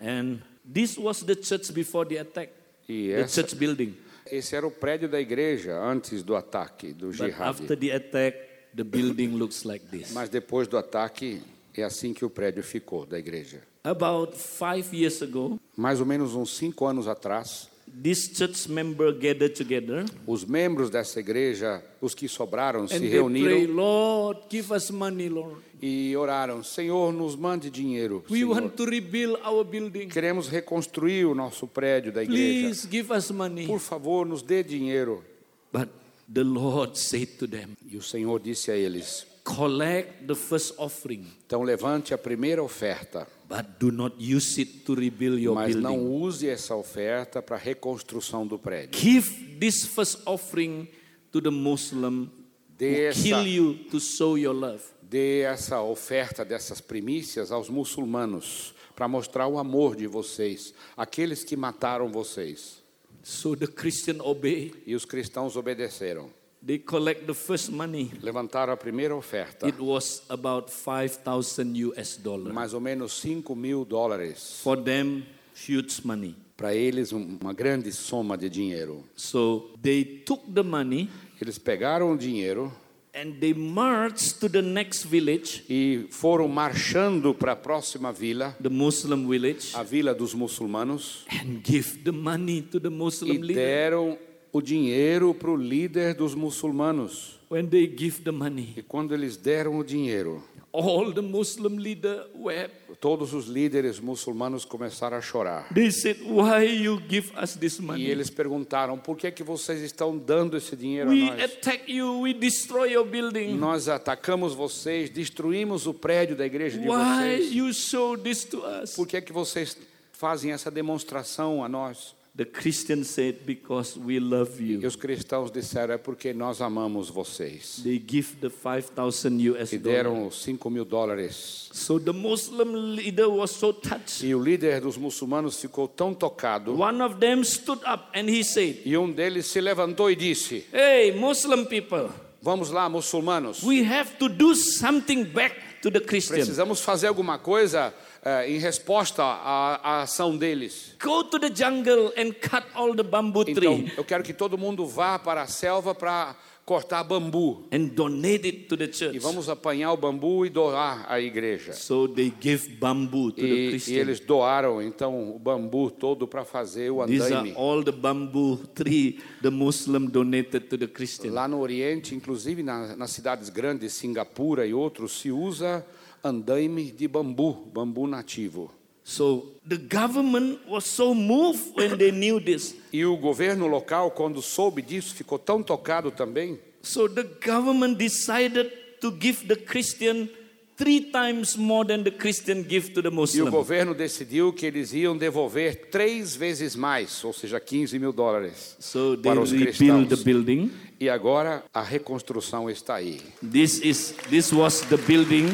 [SPEAKER 1] And this was the church before the attack,
[SPEAKER 2] E
[SPEAKER 1] the
[SPEAKER 2] essa,
[SPEAKER 1] church building.
[SPEAKER 2] esse era o prédio da igreja antes do ataque do
[SPEAKER 1] But
[SPEAKER 2] jihad.
[SPEAKER 1] after the attack, the building looks like this.
[SPEAKER 2] Mas depois do ataque, é assim que o prédio ficou da igreja.
[SPEAKER 1] About five years ago,
[SPEAKER 2] Mais ou menos uns cinco anos atrás,
[SPEAKER 1] this church member gathered together
[SPEAKER 2] os membros dessa igreja, os que sobraram, se
[SPEAKER 1] and they pray,
[SPEAKER 2] reuniram
[SPEAKER 1] Lord, give us money, Lord.
[SPEAKER 2] e oraram: Senhor, nos mande dinheiro.
[SPEAKER 1] We
[SPEAKER 2] Senhor.
[SPEAKER 1] want to rebuild our building.
[SPEAKER 2] Queremos reconstruir o nosso prédio da igreja.
[SPEAKER 1] Please give us money.
[SPEAKER 2] Por favor, nos dê dinheiro.
[SPEAKER 1] But the Lord said to them,
[SPEAKER 2] E o Senhor disse a eles:
[SPEAKER 1] collect the first offering,
[SPEAKER 2] Então levante a primeira oferta,
[SPEAKER 1] but do not use it to rebuild your
[SPEAKER 2] mas
[SPEAKER 1] building.
[SPEAKER 2] não use essa oferta para a reconstrução do prédio.
[SPEAKER 1] Give this first offering to the Muslim
[SPEAKER 2] Dê
[SPEAKER 1] who kill
[SPEAKER 2] essa,
[SPEAKER 1] you to show your love.
[SPEAKER 2] dê essa oferta dessas primícias aos muçulmanos para mostrar o amor de vocês, aqueles que mataram vocês.
[SPEAKER 1] So the Christian obey.
[SPEAKER 2] E os cristãos obedeceram.
[SPEAKER 1] They collect the first money.
[SPEAKER 2] Levantaram a primeira oferta,
[SPEAKER 1] It was about 5,000 US dollars.
[SPEAKER 2] mais ou menos 5 mil dólares.
[SPEAKER 1] For them, huge money.
[SPEAKER 2] Para eles, um- uma grande soma de dinheiro.
[SPEAKER 1] So they took the money
[SPEAKER 2] Eles pegaram o dinheiro
[SPEAKER 1] and they marched to the next village,
[SPEAKER 2] e foram marchando para a próxima vila,
[SPEAKER 1] the Muslim village,
[SPEAKER 2] a vila dos muçulmanos.
[SPEAKER 1] and give the money to the Muslim
[SPEAKER 2] e
[SPEAKER 1] leader.
[SPEAKER 2] deram o dinheiro para o líder dos muçulmanos.
[SPEAKER 1] When they give the money,
[SPEAKER 2] E quando eles deram o dinheiro,
[SPEAKER 1] all the Muslim leader wept.
[SPEAKER 2] todos os líderes muçulmanos começaram a chorar.
[SPEAKER 1] They said, "Why you give us this
[SPEAKER 2] E
[SPEAKER 1] money?
[SPEAKER 2] eles perguntaram: por que é que vocês estão dando esse dinheiro a
[SPEAKER 1] We
[SPEAKER 2] nós?
[SPEAKER 1] attack you. We destroy your building.
[SPEAKER 2] Nós atacamos vocês, destruímos o prédio da igreja de
[SPEAKER 1] Why
[SPEAKER 2] vocês.
[SPEAKER 1] you show this to us?"
[SPEAKER 2] Por que é que vocês fazem essa demonstração a nós?
[SPEAKER 1] The Christians said, Because we love
[SPEAKER 2] E
[SPEAKER 1] you.
[SPEAKER 2] os cristãos disseram: é porque nós amamos vocês.
[SPEAKER 1] They give the 5,000 US
[SPEAKER 2] E
[SPEAKER 1] dollars.
[SPEAKER 2] deram 5 mil dólares.
[SPEAKER 1] So the Muslim leader was so touched.
[SPEAKER 2] E o líder dos muçulmanos ficou tão tocado.
[SPEAKER 1] One of them stood up and he said,
[SPEAKER 2] E um deles se levantou e disse:
[SPEAKER 1] Hey, Muslim people,
[SPEAKER 2] Vamos lá, muçulmanos.
[SPEAKER 1] we have to do something back to the Christians.
[SPEAKER 2] Precisamos fazer alguma coisa eh, em resposta à, à ação deles.
[SPEAKER 1] Go to the jungle and cut all the bamboo
[SPEAKER 2] Então,
[SPEAKER 1] tree
[SPEAKER 2] eu quero que todo mundo vá para a selva para cortar bambu.
[SPEAKER 1] and donate it to the
[SPEAKER 2] E
[SPEAKER 1] church.
[SPEAKER 2] vamos apanhar o bambu e doar à igreja.
[SPEAKER 1] So they gave bamboo to the
[SPEAKER 2] E, e
[SPEAKER 1] Christians.
[SPEAKER 2] eles doaram, então, o bambu todo para fazer o
[SPEAKER 1] These are
[SPEAKER 2] andaime.
[SPEAKER 1] all the bamboo tree the Muslim donated to the Christian.
[SPEAKER 2] Lá no Oriente, inclusive na- nas cidades grandes, Singapura e outros, se usa andaime de bambu, bambu nativo.
[SPEAKER 1] So the government was so moved when they knew this.
[SPEAKER 2] E o governo local, quando soube disso, ficou tão tocado também,
[SPEAKER 1] So the government decided to give the Christian three times more than the Christian give to the
[SPEAKER 2] E o
[SPEAKER 1] Muslim.
[SPEAKER 2] governo decidiu que eles iam devolver três vezes mais, ou seja, 15 mil dólares
[SPEAKER 1] So they
[SPEAKER 2] para os
[SPEAKER 1] rebuild the
[SPEAKER 2] cristãos.
[SPEAKER 1] building.
[SPEAKER 2] E agora a reconstrução está aí.
[SPEAKER 1] This is this was the building,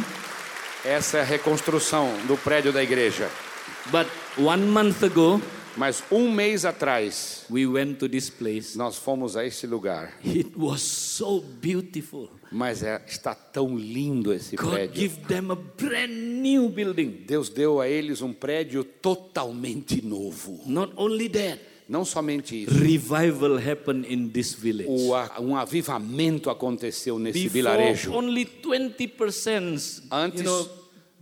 [SPEAKER 2] Essa é a reconstrução do prédio da igreja.
[SPEAKER 1] but one month ago
[SPEAKER 2] Mas um mês atrás,
[SPEAKER 1] we went to this place.
[SPEAKER 2] nós fomos a esse lugar.
[SPEAKER 1] It was so beautiful.
[SPEAKER 2] Mas é- está tão lindo esse
[SPEAKER 1] God
[SPEAKER 2] prédio.
[SPEAKER 1] give them a brand new building.
[SPEAKER 2] Deus deu a eles um prédio totalmente novo.
[SPEAKER 1] Not only that,
[SPEAKER 2] Não somente isso,
[SPEAKER 1] revival happened in this village.
[SPEAKER 2] o a- um avivamento aconteceu nesse vilarejo.
[SPEAKER 1] Before only 20%
[SPEAKER 2] Antes-
[SPEAKER 1] you know,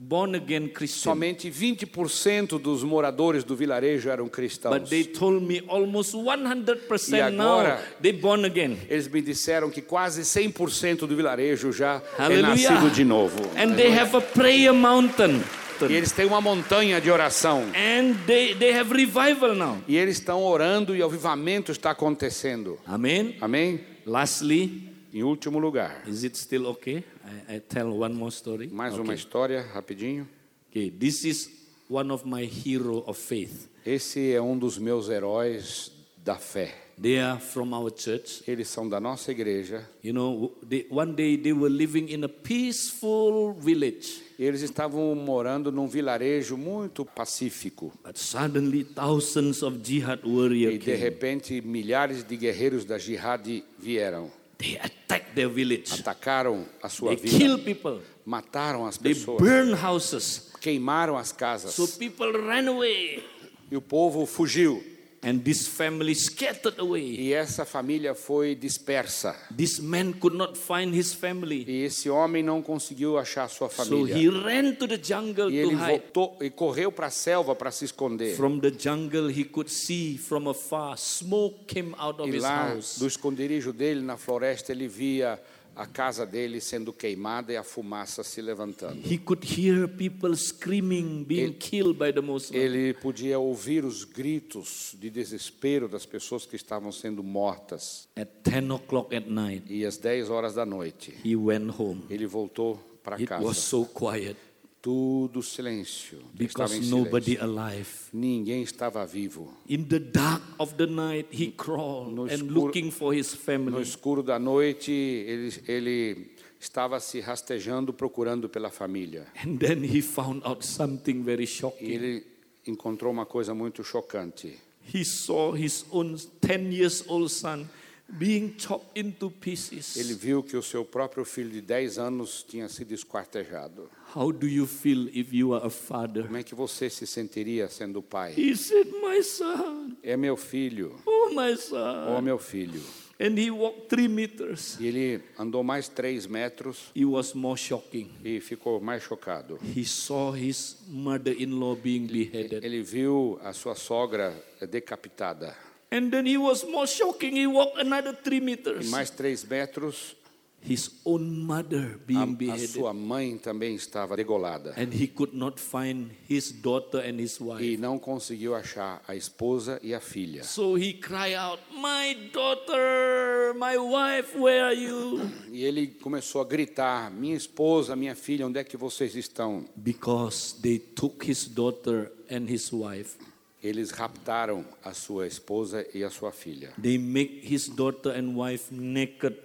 [SPEAKER 1] born again Christian.
[SPEAKER 2] Somente 20% dos moradores do vilarejo eram cristãos.
[SPEAKER 1] But they told me almost 100%
[SPEAKER 2] E agora-
[SPEAKER 1] now they born again.
[SPEAKER 2] Eles me disseram que quase 100% do vilarejo já é
[SPEAKER 1] Hallelujah.
[SPEAKER 2] nascido de novo.
[SPEAKER 1] And they have a prayer mountain.
[SPEAKER 2] E eles têm uma montanha de oração.
[SPEAKER 1] And they, they have revival now.
[SPEAKER 2] E eles estão orando e o avivamento está acontecendo.
[SPEAKER 1] Amen.
[SPEAKER 2] Amém?
[SPEAKER 1] Lastly,
[SPEAKER 2] Em último lugar,
[SPEAKER 1] is it still okay? I, I tell one more story.
[SPEAKER 2] mais
[SPEAKER 1] okay.
[SPEAKER 2] uma história rapidinho.
[SPEAKER 1] okay, this is one of my hero of faith.
[SPEAKER 2] Esse é um dos meus heróis da fé.
[SPEAKER 1] They are from our church.
[SPEAKER 2] Eles são da nossa igreja.
[SPEAKER 1] You know, they, one day they were living in a peaceful village,
[SPEAKER 2] E eles estavam morando num vilarejo muito pacífico.
[SPEAKER 1] but suddenly thousands of jihad warriors
[SPEAKER 2] E de
[SPEAKER 1] came.
[SPEAKER 2] repente milhares de guerreiros da jihad vieram,
[SPEAKER 1] They attacked their village.
[SPEAKER 2] atacaram a sua
[SPEAKER 1] They
[SPEAKER 2] vida,
[SPEAKER 1] killed people.
[SPEAKER 2] mataram as
[SPEAKER 1] They
[SPEAKER 2] pessoas,
[SPEAKER 1] burned houses.
[SPEAKER 2] queimaram as
[SPEAKER 1] So
[SPEAKER 2] casas
[SPEAKER 1] people ran away.
[SPEAKER 2] e o povo fugiu.
[SPEAKER 1] And this family scattered away.
[SPEAKER 2] E essa família foi dispersa.
[SPEAKER 1] This man could not find his family.
[SPEAKER 2] E esse homem não conseguiu achar sua
[SPEAKER 1] So he
[SPEAKER 2] família.
[SPEAKER 1] ran to the jungle
[SPEAKER 2] E
[SPEAKER 1] to
[SPEAKER 2] ele
[SPEAKER 1] hide.
[SPEAKER 2] voltou e correu para a selva para se esconder.
[SPEAKER 1] From the jungle, he could see from afar smoke came out of
[SPEAKER 2] E
[SPEAKER 1] his
[SPEAKER 2] lá,
[SPEAKER 1] house.
[SPEAKER 2] do esconderijo dele na floresta, ele via a casa dele sendo queimada e a fumaça se levantando.
[SPEAKER 1] He could hear people screaming, being killed by the Muslims.
[SPEAKER 2] Ele podia ouvir os gritos de desespero das pessoas que estavam sendo mortas.
[SPEAKER 1] At 10 o'clock at night,
[SPEAKER 2] E às 10 horas da noite,
[SPEAKER 1] he went home.
[SPEAKER 2] ele voltou para
[SPEAKER 1] It was
[SPEAKER 2] casa.
[SPEAKER 1] so quiet
[SPEAKER 2] Tudo silêncio. Ele Estava
[SPEAKER 1] because
[SPEAKER 2] em silêncio.
[SPEAKER 1] nobody alive.
[SPEAKER 2] Ninguém estava vivo.
[SPEAKER 1] In the dark of the night, he crawled
[SPEAKER 2] Mm. No
[SPEAKER 1] and
[SPEAKER 2] escuro-
[SPEAKER 1] looking for his
[SPEAKER 2] No
[SPEAKER 1] family.
[SPEAKER 2] escuro da noite, ele, ele estava se rastejando, procurando pela família.
[SPEAKER 1] And then he found out something very
[SPEAKER 2] E
[SPEAKER 1] shocking.
[SPEAKER 2] ele encontrou uma coisa muito chocante.
[SPEAKER 1] He saw his own 10 years old son being chopped into
[SPEAKER 2] Ele
[SPEAKER 1] pieces.
[SPEAKER 2] viu que o seu próprio filho de 10 anos tinha sido esquartejado.
[SPEAKER 1] How do you feel if you are a father?
[SPEAKER 2] Como é que você se sentiria sendo pai?
[SPEAKER 1] He said, My son,
[SPEAKER 2] É meu filho,
[SPEAKER 1] oh, my son.
[SPEAKER 2] ó meu filho.
[SPEAKER 1] And he walked three meters.
[SPEAKER 2] E ele andou mais 3 metros
[SPEAKER 1] It was more shocking.
[SPEAKER 2] e ficou mais chocado.
[SPEAKER 1] He saw his mother in law being beheaded.
[SPEAKER 2] Ele viu a sua sogra decapitada.
[SPEAKER 1] And then he was more shocking. He walked another three
[SPEAKER 2] E
[SPEAKER 1] meters.
[SPEAKER 2] mais 3 metros,
[SPEAKER 1] His own mother
[SPEAKER 2] a,
[SPEAKER 1] being
[SPEAKER 2] a
[SPEAKER 1] beheaded.
[SPEAKER 2] sua mãe também estava degolada.
[SPEAKER 1] And he could not find his daughter and his wife.
[SPEAKER 2] E não conseguiu achar a esposa e a filha.
[SPEAKER 1] So he cried out, My daughter, my wife, where are you?
[SPEAKER 2] E ele começou a gritar: Minha esposa, minha filha, onde é que vocês estão?
[SPEAKER 1] Because they took his daughter and his wife
[SPEAKER 2] eles raptaram a sua esposa e a sua filha.
[SPEAKER 1] They make his daughter and wife naked,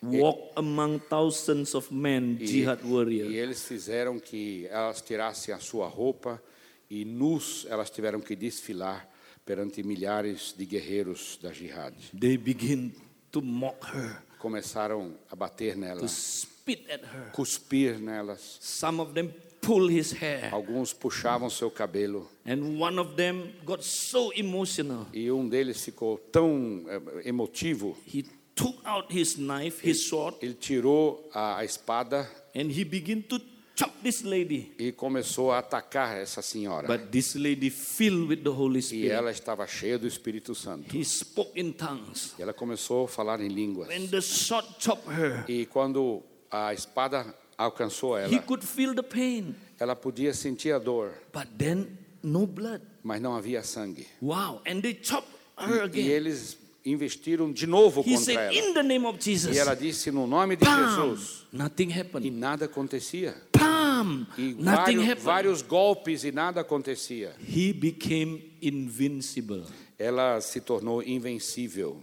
[SPEAKER 1] walk among thousands of men, jihad
[SPEAKER 2] E
[SPEAKER 1] warriors.
[SPEAKER 2] eles fizeram que elas tirassem a sua roupa e nus elas tiveram que desfilar perante milhares de guerreiros da jihad.
[SPEAKER 1] They begin to mock her,
[SPEAKER 2] Começaram a bater
[SPEAKER 1] to
[SPEAKER 2] nelas,
[SPEAKER 1] spit at her.
[SPEAKER 2] cuspir nelas.
[SPEAKER 1] Some of them pull his hair,
[SPEAKER 2] Alguns puxavam seu cabelo
[SPEAKER 1] and one of them got so emotional.
[SPEAKER 2] e um deles ficou tão eh, emotivo,
[SPEAKER 1] He took out his knife, his sword,
[SPEAKER 2] ele tirou a a espada
[SPEAKER 1] and he began to chop this lady.
[SPEAKER 2] e começou a atacar essa senhora.
[SPEAKER 1] But this lady, filled with the Holy
[SPEAKER 2] E
[SPEAKER 1] Spirit,
[SPEAKER 2] ela estava cheia do Espírito Santo.
[SPEAKER 1] he spoke in tongues.
[SPEAKER 2] E ela começou a falar em línguas.
[SPEAKER 1] When the sword chopped her,
[SPEAKER 2] E quando a espada alcançou
[SPEAKER 1] he
[SPEAKER 2] ela,
[SPEAKER 1] could feel the pain.
[SPEAKER 2] ela podia sentir a dor,
[SPEAKER 1] But then no blood.
[SPEAKER 2] mas não havia sangue.
[SPEAKER 1] Wow. And they chop her
[SPEAKER 2] E
[SPEAKER 1] again.
[SPEAKER 2] eles investiram de novo
[SPEAKER 1] He
[SPEAKER 2] contra
[SPEAKER 1] said,
[SPEAKER 2] ela.
[SPEAKER 1] In the name of Jesus.
[SPEAKER 2] E ela disse no nome de
[SPEAKER 1] Bam!
[SPEAKER 2] Jesus.
[SPEAKER 1] Nothing
[SPEAKER 2] E
[SPEAKER 1] happened.
[SPEAKER 2] nada acontecia.
[SPEAKER 1] Bam!
[SPEAKER 2] E
[SPEAKER 1] Nothing
[SPEAKER 2] vários,
[SPEAKER 1] happened.
[SPEAKER 2] vários golpes e nada acontecia.
[SPEAKER 1] He became invincible.
[SPEAKER 2] Ela se tornou invencível.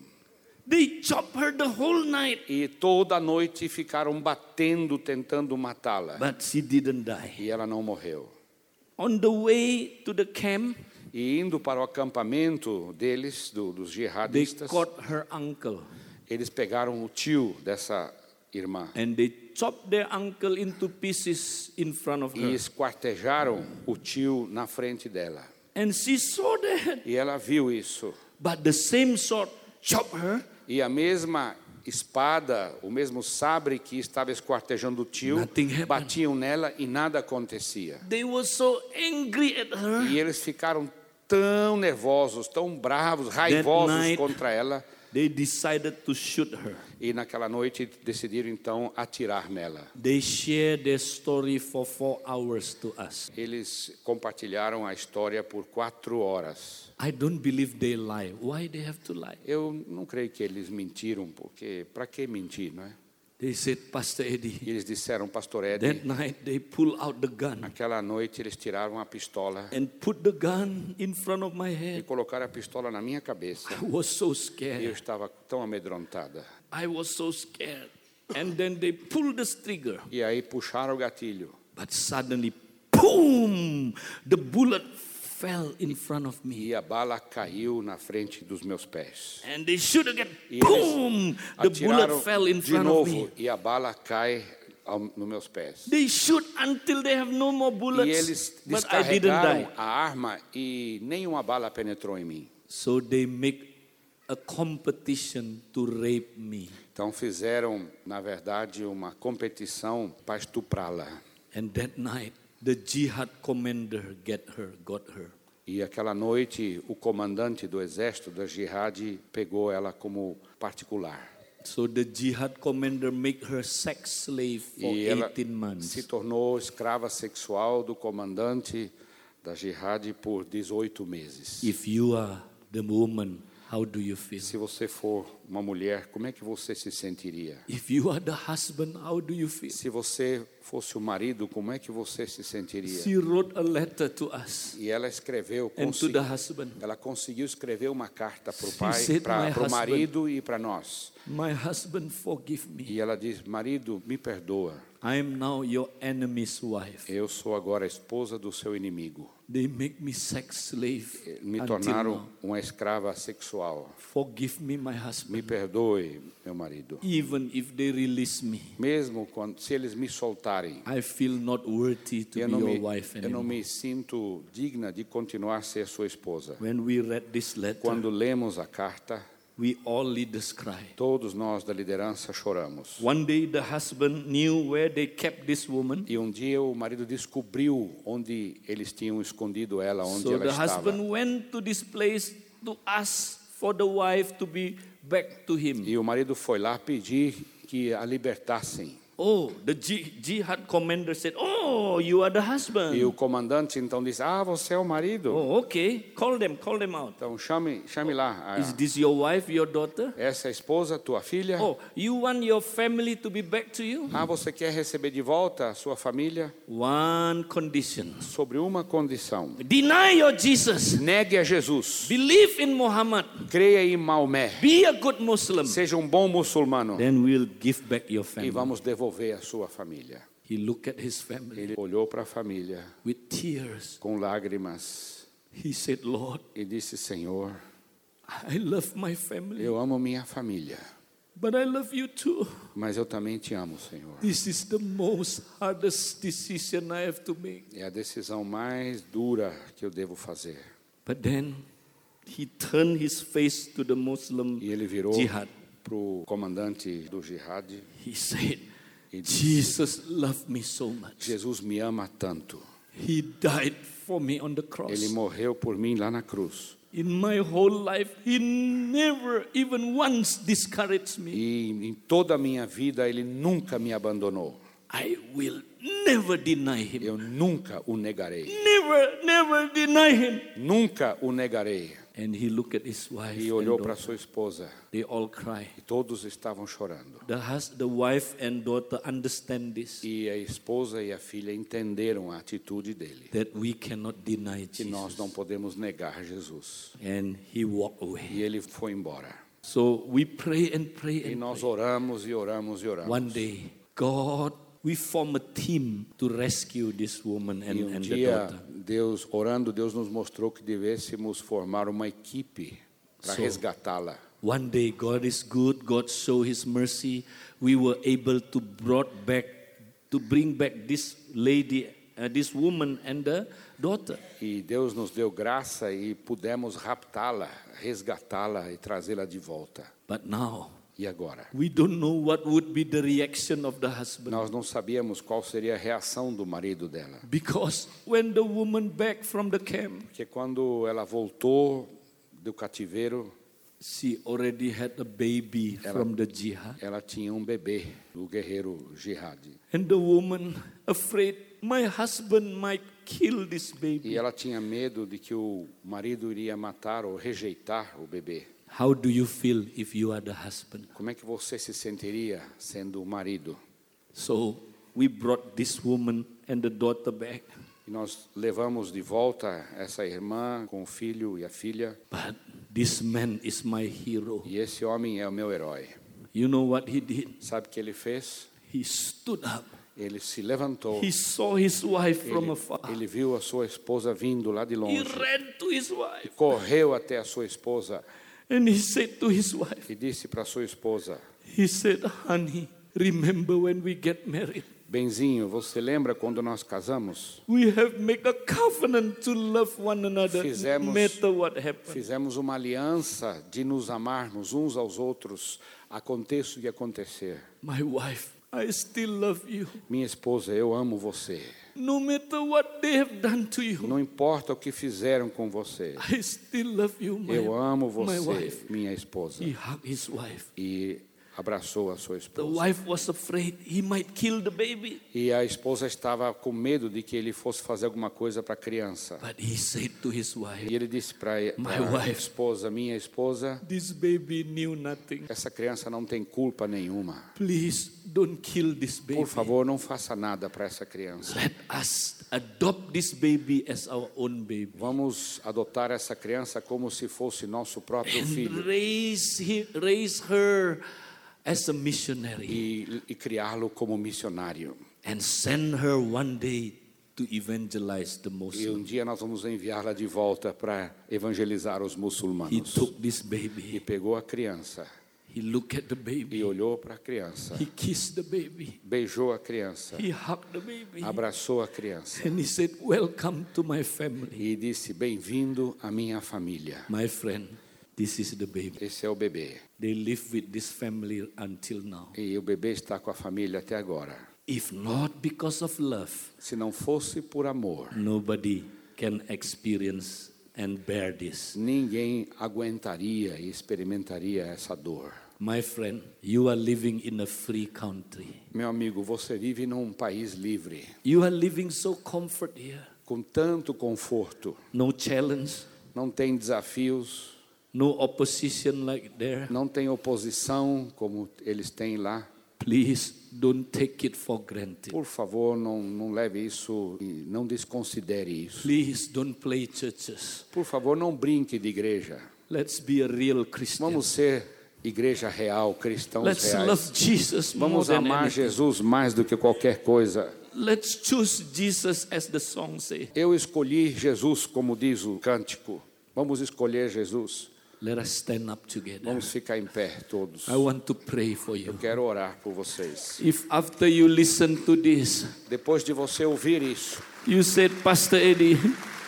[SPEAKER 1] They chop her the whole night.
[SPEAKER 2] E toda noite ficaram batendo, tentando matá-la.
[SPEAKER 1] But she didn't die.
[SPEAKER 2] E ela não morreu.
[SPEAKER 1] On the way to the camp,
[SPEAKER 2] E indo para o acampamento deles, do- dos
[SPEAKER 1] they
[SPEAKER 2] jihadistas,
[SPEAKER 1] caught her uncle
[SPEAKER 2] eles pegaram o tio dessa irmã.
[SPEAKER 1] and they chopped their uncle into pieces in front of
[SPEAKER 2] e
[SPEAKER 1] her.
[SPEAKER 2] esquartejaram o tio na frente dela.
[SPEAKER 1] And she saw that.
[SPEAKER 2] E ela viu isso.
[SPEAKER 1] But the same sword chopped her.
[SPEAKER 2] E a mesma espada, o mesmo sabre que estava esquartejando o tio,
[SPEAKER 1] Nothing happened.
[SPEAKER 2] batiam nela e nada acontecia.
[SPEAKER 1] They were so angry at her.
[SPEAKER 2] E eles ficaram tão nervosos, tão bravos, raivosos
[SPEAKER 1] night-
[SPEAKER 2] contra ela.
[SPEAKER 1] They decided to shoot her.
[SPEAKER 2] E naquela noite decidiram então atirar nela.
[SPEAKER 1] They shared their story for four hours to us.
[SPEAKER 2] Eles compartilharam a história por quatro horas.
[SPEAKER 1] I don't believe they lie. Why they have to lie?
[SPEAKER 2] Eu não creio que eles mentiram, porque para que mentir, não é?
[SPEAKER 1] They said, Pastor
[SPEAKER 2] E
[SPEAKER 1] Eddie,
[SPEAKER 2] eles disseram, Pastor Ed,
[SPEAKER 1] that night they pull out the gun
[SPEAKER 2] Naquela noite eles tiraram a pistola
[SPEAKER 1] and put the gun in front of my
[SPEAKER 2] e
[SPEAKER 1] head.
[SPEAKER 2] colocaram a pistola na minha cabeça.
[SPEAKER 1] I was so
[SPEAKER 2] E eu
[SPEAKER 1] scared.
[SPEAKER 2] estava tão amedrontada.
[SPEAKER 1] I was so scared. And then they pulled the trigger.
[SPEAKER 2] E aí puxaram o gatilho
[SPEAKER 1] But suddenly, boom! The bullet fell in front of me.
[SPEAKER 2] e a bala caiu na frente dos meus pés.
[SPEAKER 1] And they shoot again.
[SPEAKER 2] E
[SPEAKER 1] Boom! The
[SPEAKER 2] atiraram
[SPEAKER 1] bullet fell in
[SPEAKER 2] de
[SPEAKER 1] front of me.
[SPEAKER 2] novo e a bala cai ao- nos meus pés.
[SPEAKER 1] They shoot until they have no more
[SPEAKER 2] E
[SPEAKER 1] bullets.
[SPEAKER 2] eles
[SPEAKER 1] But I didn't die.
[SPEAKER 2] descarregaram a arma e nenhuma bala penetrou em mim.
[SPEAKER 1] So they make a competition to rape me.
[SPEAKER 2] Então fizeram, na verdade, uma competição para estuprá-la.
[SPEAKER 1] And that night, the jihad commander get her, got her.
[SPEAKER 2] E aquela noite, o comandante do exército da Jihad pegou ela como particular.
[SPEAKER 1] So the jihad commander make her sex slave for
[SPEAKER 2] E ela
[SPEAKER 1] 18
[SPEAKER 2] se
[SPEAKER 1] months.
[SPEAKER 2] tornou escrava sexual do comandante da Jihad por 18 meses.
[SPEAKER 1] If you are the woman, how do you feel?
[SPEAKER 2] se você for uma mulher, como é que você se sentiria?
[SPEAKER 1] If you are the husband, how do you feel?
[SPEAKER 2] Se você fosse o marido, como é que você se sentiria?
[SPEAKER 1] She wrote a letter to us
[SPEAKER 2] E ela escreveu,
[SPEAKER 1] and to
[SPEAKER 2] consegui-
[SPEAKER 1] the husband.
[SPEAKER 2] ela conseguiu escrever uma carta para o
[SPEAKER 1] She
[SPEAKER 2] pai,
[SPEAKER 1] said, "My
[SPEAKER 2] para o
[SPEAKER 1] husband."
[SPEAKER 2] marido e para nós.
[SPEAKER 1] My husband, forgive me.
[SPEAKER 2] E ela diz: marido, me perdoa.
[SPEAKER 1] I am now your enemy's wife.
[SPEAKER 2] Eu sou agora a esposa do seu inimigo. Eh,
[SPEAKER 1] They make me sex slave
[SPEAKER 2] Me
[SPEAKER 1] until now.
[SPEAKER 2] tornaram uma escrava sexual.
[SPEAKER 1] Forgive me, my
[SPEAKER 2] Me
[SPEAKER 1] husband,
[SPEAKER 2] perdoe, meu marido.
[SPEAKER 1] even if they release me.
[SPEAKER 2] Mesmo quando, se eles me soltarem,
[SPEAKER 1] I feel not worthy to
[SPEAKER 2] eu
[SPEAKER 1] be
[SPEAKER 2] não,
[SPEAKER 1] your
[SPEAKER 2] me,
[SPEAKER 1] wife
[SPEAKER 2] eu não
[SPEAKER 1] anymore.
[SPEAKER 2] me sinto digna de continuar a ser sua esposa.
[SPEAKER 1] When we read this letter,
[SPEAKER 2] Quando lemos a carta,
[SPEAKER 1] we all leaders cry.
[SPEAKER 2] todos nós da liderança choramos.
[SPEAKER 1] One day the husband knew where they kept this woman,
[SPEAKER 2] E um dia o marido descobriu onde eles tinham escondido ela, onde
[SPEAKER 1] so
[SPEAKER 2] ela
[SPEAKER 1] the
[SPEAKER 2] estava.
[SPEAKER 1] husband went to this place to ask for the wife to be back to him.
[SPEAKER 2] E o marido foi lá pedir que a libertassem.
[SPEAKER 1] Oh, the ji- jihad commander said, Oh, you are the husband.
[SPEAKER 2] E o comandante então disse: Ah, você é o marido?
[SPEAKER 1] Oh, okay. Call them, call them out.
[SPEAKER 2] Então chame, chame lá.
[SPEAKER 1] Is
[SPEAKER 2] ah,
[SPEAKER 1] this your wife, your daughter?
[SPEAKER 2] Essa é a esposa, tua filha.
[SPEAKER 1] Oh, you want your family to be back to you?
[SPEAKER 2] Ah, você quer receber de volta a sua família?
[SPEAKER 1] One condition
[SPEAKER 2] Sobre uma condição:
[SPEAKER 1] deny your Jesus,
[SPEAKER 2] negue a Jesus,
[SPEAKER 1] believe in Muhammad,
[SPEAKER 2] creia em Maomé,
[SPEAKER 1] be a good Muslim,
[SPEAKER 2] seja um bom muçulmano
[SPEAKER 1] then we'll give back your
[SPEAKER 2] e
[SPEAKER 1] family.
[SPEAKER 2] vamos devolver a sua família.
[SPEAKER 1] He looked at his family
[SPEAKER 2] Ele olhou para a família
[SPEAKER 1] with tears.
[SPEAKER 2] com lágrimas
[SPEAKER 1] He said, Lord,
[SPEAKER 2] e disse: Senhor,
[SPEAKER 1] I love my family,
[SPEAKER 2] eu amo minha família,
[SPEAKER 1] but I love you too.
[SPEAKER 2] mas eu também te amo, Senhor.
[SPEAKER 1] This is the most hardest decision I have to make.
[SPEAKER 2] É a decisão mais dura que eu devo fazer.
[SPEAKER 1] But then he turned his face to the Muslim
[SPEAKER 2] E ele virou
[SPEAKER 1] jihad.
[SPEAKER 2] para o comandante do jihad
[SPEAKER 1] He said,
[SPEAKER 2] e disse:
[SPEAKER 1] Jesus loved me so much.
[SPEAKER 2] Jesus me ama tanto.
[SPEAKER 1] He died for me on the
[SPEAKER 2] Ele
[SPEAKER 1] cross.
[SPEAKER 2] morreu por mim lá na cruz.
[SPEAKER 1] In my whole life, he never even once discouraged me.
[SPEAKER 2] E em toda a minha vida ele nunca me abandonou.
[SPEAKER 1] I will never deny him.
[SPEAKER 2] Eu nunca o negarei.
[SPEAKER 1] Never, never deny him.
[SPEAKER 2] Nunca o negarei.
[SPEAKER 1] And he looked at his wife.
[SPEAKER 2] E
[SPEAKER 1] and
[SPEAKER 2] olhou para
[SPEAKER 1] daughter.
[SPEAKER 2] sua esposa
[SPEAKER 1] They all cry.
[SPEAKER 2] e todos estavam chorando.
[SPEAKER 1] The, hus- the wife and daughter understand this
[SPEAKER 2] E a esposa e a filha entenderam a atitude dele.
[SPEAKER 1] that we cannot deny
[SPEAKER 2] Que nós
[SPEAKER 1] Jesus.
[SPEAKER 2] não podemos negar Jesus.
[SPEAKER 1] And he walked away.
[SPEAKER 2] E ele foi embora.
[SPEAKER 1] So we pray and pray
[SPEAKER 2] E
[SPEAKER 1] and
[SPEAKER 2] nós oramos e oramos e oramos.
[SPEAKER 1] One day, God, we form a team to rescue this woman and,
[SPEAKER 2] E um
[SPEAKER 1] and the
[SPEAKER 2] dia,
[SPEAKER 1] daughter.
[SPEAKER 2] Deus, orando, Deus nos mostrou que devêssemos formar uma equipe para
[SPEAKER 1] So-
[SPEAKER 2] resgatá-la.
[SPEAKER 1] One day, God is good. God show His mercy. We were able to brought back, to bring back this lady, uh, this woman and the daughter.
[SPEAKER 2] E Deus nos deu graça e pudemos raptá-la, resgatá-la e trazê-la de volta.
[SPEAKER 1] But now,
[SPEAKER 2] E agora?
[SPEAKER 1] we don't know what would be the reaction of the husband.
[SPEAKER 2] Nós não sabíamos qual seria a reação do marido dela.
[SPEAKER 1] Because when the woman back from the camp,
[SPEAKER 2] Porque quando ela voltou do cativeiro,
[SPEAKER 1] she already had a baby from the jihad.
[SPEAKER 2] ela tinha um bebê, o guerreiro Jihad.
[SPEAKER 1] And the woman afraid, my husband might kill this baby.
[SPEAKER 2] E ela tinha medo de que o marido iria matar ou rejeitar o bebê.
[SPEAKER 1] How do you feel if you are the husband?
[SPEAKER 2] Como é que você se sentiria sendo o marido?
[SPEAKER 1] So we brought this woman and the daughter back,
[SPEAKER 2] E nós levamos de volta essa irmã com o filho e a filha,
[SPEAKER 1] but this man is my hero.
[SPEAKER 2] e esse homem é o meu herói.
[SPEAKER 1] You know what he did?
[SPEAKER 2] Sabe o que ele fez?
[SPEAKER 1] He stood up.
[SPEAKER 2] Ele se levantou.
[SPEAKER 1] He saw his wife from
[SPEAKER 2] Ele,
[SPEAKER 1] afar.
[SPEAKER 2] ele viu a sua esposa vindo lá de
[SPEAKER 1] He
[SPEAKER 2] longe.
[SPEAKER 1] ran to his wife
[SPEAKER 2] Correu até a sua esposa
[SPEAKER 1] and he said to his wife,
[SPEAKER 2] e disse para sua esposa:
[SPEAKER 1] he said, "Honey, remember when we get married,
[SPEAKER 2] Benzinho, você lembra quando nós casamos?
[SPEAKER 1] we have made a covenant to love one another, no
[SPEAKER 2] Fizemos-
[SPEAKER 1] matter what happens."
[SPEAKER 2] Fizemos uma aliança de nos amarmos uns aos outros, aconteça o que acontecer.
[SPEAKER 1] My wife, I still love you,
[SPEAKER 2] Minha esposa, eu amo você.
[SPEAKER 1] no matter what they have done to you.
[SPEAKER 2] Não importa o que fizeram com você.
[SPEAKER 1] I still love you, my,
[SPEAKER 2] Eu amo
[SPEAKER 1] my
[SPEAKER 2] você,
[SPEAKER 1] wife.
[SPEAKER 2] minha esposa.
[SPEAKER 1] He hugged his wife.
[SPEAKER 2] E abraçou a sua
[SPEAKER 1] The
[SPEAKER 2] esposa.
[SPEAKER 1] wife was afraid he might kill the baby.
[SPEAKER 2] E a esposa estava com medo de que ele fosse fazer alguma coisa para a criança.
[SPEAKER 1] But he said to his wife,
[SPEAKER 2] E ele disse para
[SPEAKER 1] My
[SPEAKER 2] a
[SPEAKER 1] wife.
[SPEAKER 2] esposa, minha esposa,
[SPEAKER 1] This baby knew nothing.
[SPEAKER 2] essa criança não tem culpa nenhuma.
[SPEAKER 1] Please don't kill this baby.
[SPEAKER 2] Por favor, não faça nada para essa criança.
[SPEAKER 1] Let us adopt this baby as our own baby.
[SPEAKER 2] Vamos adotar essa criança como se fosse nosso próprio
[SPEAKER 1] And
[SPEAKER 2] filho
[SPEAKER 1] raise, he, raise her as a missionary
[SPEAKER 2] e, e criá-lo como missionário.
[SPEAKER 1] and send her one day to evangelize the
[SPEAKER 2] E um
[SPEAKER 1] Muslim.
[SPEAKER 2] dia nós vamos enviá-la de volta para evangelizar os
[SPEAKER 1] He
[SPEAKER 2] muçulmanos.
[SPEAKER 1] took this
[SPEAKER 2] E
[SPEAKER 1] baby.
[SPEAKER 2] pegou a criança
[SPEAKER 1] He looked at the
[SPEAKER 2] e
[SPEAKER 1] baby.
[SPEAKER 2] olhou para a criança,
[SPEAKER 1] He kissed the baby.
[SPEAKER 2] beijou a criança,
[SPEAKER 1] He hugged the baby
[SPEAKER 2] abraçou a criança
[SPEAKER 1] and he said, Welcome to my family.
[SPEAKER 2] e disse: Bem-vindo à minha família.
[SPEAKER 1] My friend, this is the baby.
[SPEAKER 2] Esse é o bebê.
[SPEAKER 1] They live with this family until now.
[SPEAKER 2] E o bebê está com a família até agora.
[SPEAKER 1] If not because of love,
[SPEAKER 2] Se não fosse por amor,
[SPEAKER 1] nobody can experience and bear this.
[SPEAKER 2] ninguém aguentaria e experimentaria essa dor.
[SPEAKER 1] My friend, you are living in a free country.
[SPEAKER 2] Meu amigo, você vive num país livre,
[SPEAKER 1] You are living so comfort here.
[SPEAKER 2] com tanto conforto,
[SPEAKER 1] No challenge,
[SPEAKER 2] não tem desafios,
[SPEAKER 1] no opposition like there.
[SPEAKER 2] não tem oposição como eles têm lá.
[SPEAKER 1] Please don't take it for granted.
[SPEAKER 2] Por favor, não, não leve isso e não desconsidere isso.
[SPEAKER 1] Please don't play churches.
[SPEAKER 2] Por favor, não brinque de igreja.
[SPEAKER 1] Let's be a real Christian.
[SPEAKER 2] Vamos ser igreja real, cristãos
[SPEAKER 1] Let's
[SPEAKER 2] reais.
[SPEAKER 1] love Jesus more
[SPEAKER 2] Vamos
[SPEAKER 1] than
[SPEAKER 2] amar
[SPEAKER 1] anything.
[SPEAKER 2] Jesus mais do que qualquer coisa.
[SPEAKER 1] Let's choose Jesus as the song says.
[SPEAKER 2] Eu escolhi Jesus, como diz o cântico. Vamos escolher Jesus.
[SPEAKER 1] Let us stand up together.
[SPEAKER 2] Vamos ficar em pé todos.
[SPEAKER 1] I want to pray for you.
[SPEAKER 2] Eu quero orar por vocês.
[SPEAKER 1] If after you listen to this,
[SPEAKER 2] Depois de você ouvir isso
[SPEAKER 1] you said, Pastor Eddie,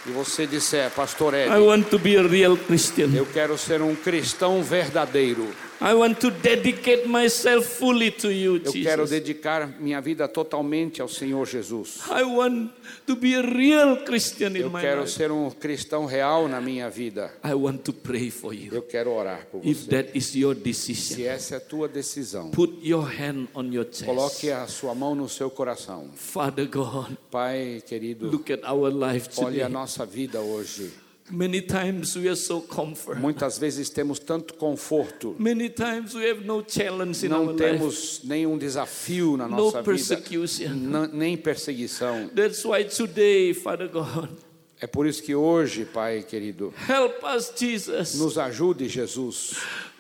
[SPEAKER 2] e você disser, Pastor
[SPEAKER 1] I
[SPEAKER 2] Ed,
[SPEAKER 1] want to be a real Christian.
[SPEAKER 2] eu quero ser um cristão verdadeiro.
[SPEAKER 1] I want to dedicate myself fully to you,
[SPEAKER 2] Eu quero
[SPEAKER 1] Jesus.
[SPEAKER 2] dedicar minha vida totalmente ao Senhor Jesus.
[SPEAKER 1] I want to be a real Christian in
[SPEAKER 2] Eu
[SPEAKER 1] my
[SPEAKER 2] quero
[SPEAKER 1] life.
[SPEAKER 2] ser um cristão real na minha vida.
[SPEAKER 1] I want to pray for you.
[SPEAKER 2] Eu quero orar por
[SPEAKER 1] If
[SPEAKER 2] você.
[SPEAKER 1] that is your
[SPEAKER 2] Se
[SPEAKER 1] decision,
[SPEAKER 2] essa é a tua decisão,
[SPEAKER 1] put your hand on your chest.
[SPEAKER 2] coloque a sua mão no seu coração.
[SPEAKER 1] Father God,
[SPEAKER 2] Pai querido,
[SPEAKER 1] look at our life
[SPEAKER 2] olhe a
[SPEAKER 1] today.
[SPEAKER 2] nossa vida hoje.
[SPEAKER 1] Many times we are so comfort.
[SPEAKER 2] Muitas vezes temos tanto conforto,
[SPEAKER 1] Many times we have no challenge in our
[SPEAKER 2] não
[SPEAKER 1] life,
[SPEAKER 2] temos nenhum desafio na
[SPEAKER 1] né? no
[SPEAKER 2] nossa vida,
[SPEAKER 1] persecution.
[SPEAKER 2] n- nem perseguição.
[SPEAKER 1] That's why today, Father God,
[SPEAKER 2] É por isso que hoje, Pai querido,
[SPEAKER 1] help us, Jesus,
[SPEAKER 2] nos ajude, Jesus,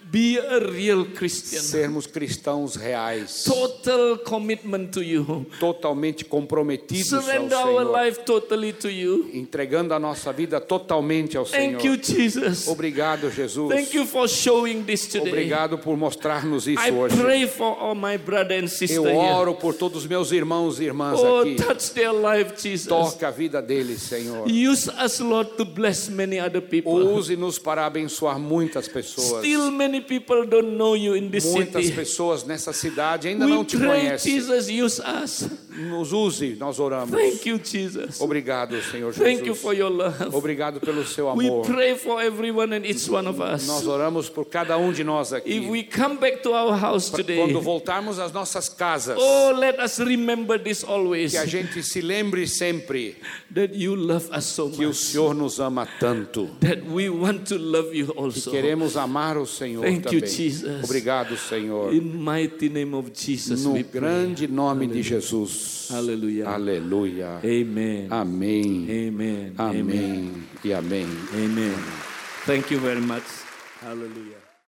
[SPEAKER 1] be a real Christian.
[SPEAKER 2] sermos cristãos reais,
[SPEAKER 1] Total commitment to you.
[SPEAKER 2] totalmente comprometidos ao
[SPEAKER 1] Surrender our
[SPEAKER 2] Senhor,
[SPEAKER 1] life totally to you.
[SPEAKER 2] entregando a nossa vida totalmente ao
[SPEAKER 1] Thank you,
[SPEAKER 2] Senhor.
[SPEAKER 1] Jesus.
[SPEAKER 2] Obrigado, Jesus.
[SPEAKER 1] Thank you for showing this today.
[SPEAKER 2] Obrigado por mostrar-nos isso
[SPEAKER 1] I
[SPEAKER 2] hoje.
[SPEAKER 1] pray for all my brother and sister
[SPEAKER 2] Eu
[SPEAKER 1] here.
[SPEAKER 2] oro por todos os meus irmãos e irmãs
[SPEAKER 1] Oh,
[SPEAKER 2] aqui.
[SPEAKER 1] touch their life, Jesus.
[SPEAKER 2] Toca a vida deles, Senhor.
[SPEAKER 1] Use us, Lord, to bless many other
[SPEAKER 2] Oh,
[SPEAKER 1] people.
[SPEAKER 2] Use-nos para abençoar muitas pessoas.
[SPEAKER 1] Still, many people don't know you in this
[SPEAKER 2] Muitas
[SPEAKER 1] city.
[SPEAKER 2] pessoas nessa cidade ainda não
[SPEAKER 1] We
[SPEAKER 2] te
[SPEAKER 1] pray,
[SPEAKER 2] conhecem.
[SPEAKER 1] Jesus, use us.
[SPEAKER 2] Nos use, nós oramos.
[SPEAKER 1] Thank you, Jesus.
[SPEAKER 2] Obrigado, Senhor
[SPEAKER 1] Thank you for
[SPEAKER 2] Oh, Jesus.
[SPEAKER 1] your love.
[SPEAKER 2] Obrigado pelo seu
[SPEAKER 1] We
[SPEAKER 2] amor.
[SPEAKER 1] pray for everyone and each one of
[SPEAKER 2] Nós
[SPEAKER 1] us.
[SPEAKER 2] oramos por cada um de nós
[SPEAKER 1] If
[SPEAKER 2] aqui.
[SPEAKER 1] we come back to our house
[SPEAKER 2] Quando
[SPEAKER 1] today,
[SPEAKER 2] voltarmos às nossas casas,
[SPEAKER 1] oh, let us remember this always
[SPEAKER 2] que a gente se lembre sempre
[SPEAKER 1] that you love us so
[SPEAKER 2] que o
[SPEAKER 1] much,
[SPEAKER 2] Senhor nos ama tanto.
[SPEAKER 1] that we want to love you also.
[SPEAKER 2] Queremos amar o Senhor
[SPEAKER 1] Thank you,
[SPEAKER 2] também.
[SPEAKER 1] Jesus.
[SPEAKER 2] Obrigado, Senhor.
[SPEAKER 1] In mighty name of Jesus,
[SPEAKER 2] No
[SPEAKER 1] we pray.
[SPEAKER 2] grande nome de Jesus.
[SPEAKER 1] Aleluia.
[SPEAKER 2] Aleluia.
[SPEAKER 1] Amen.
[SPEAKER 2] Amém.
[SPEAKER 1] Amen. Amen.
[SPEAKER 2] Amém. E amém.
[SPEAKER 1] Amen. Thank you very much. Hallelujah.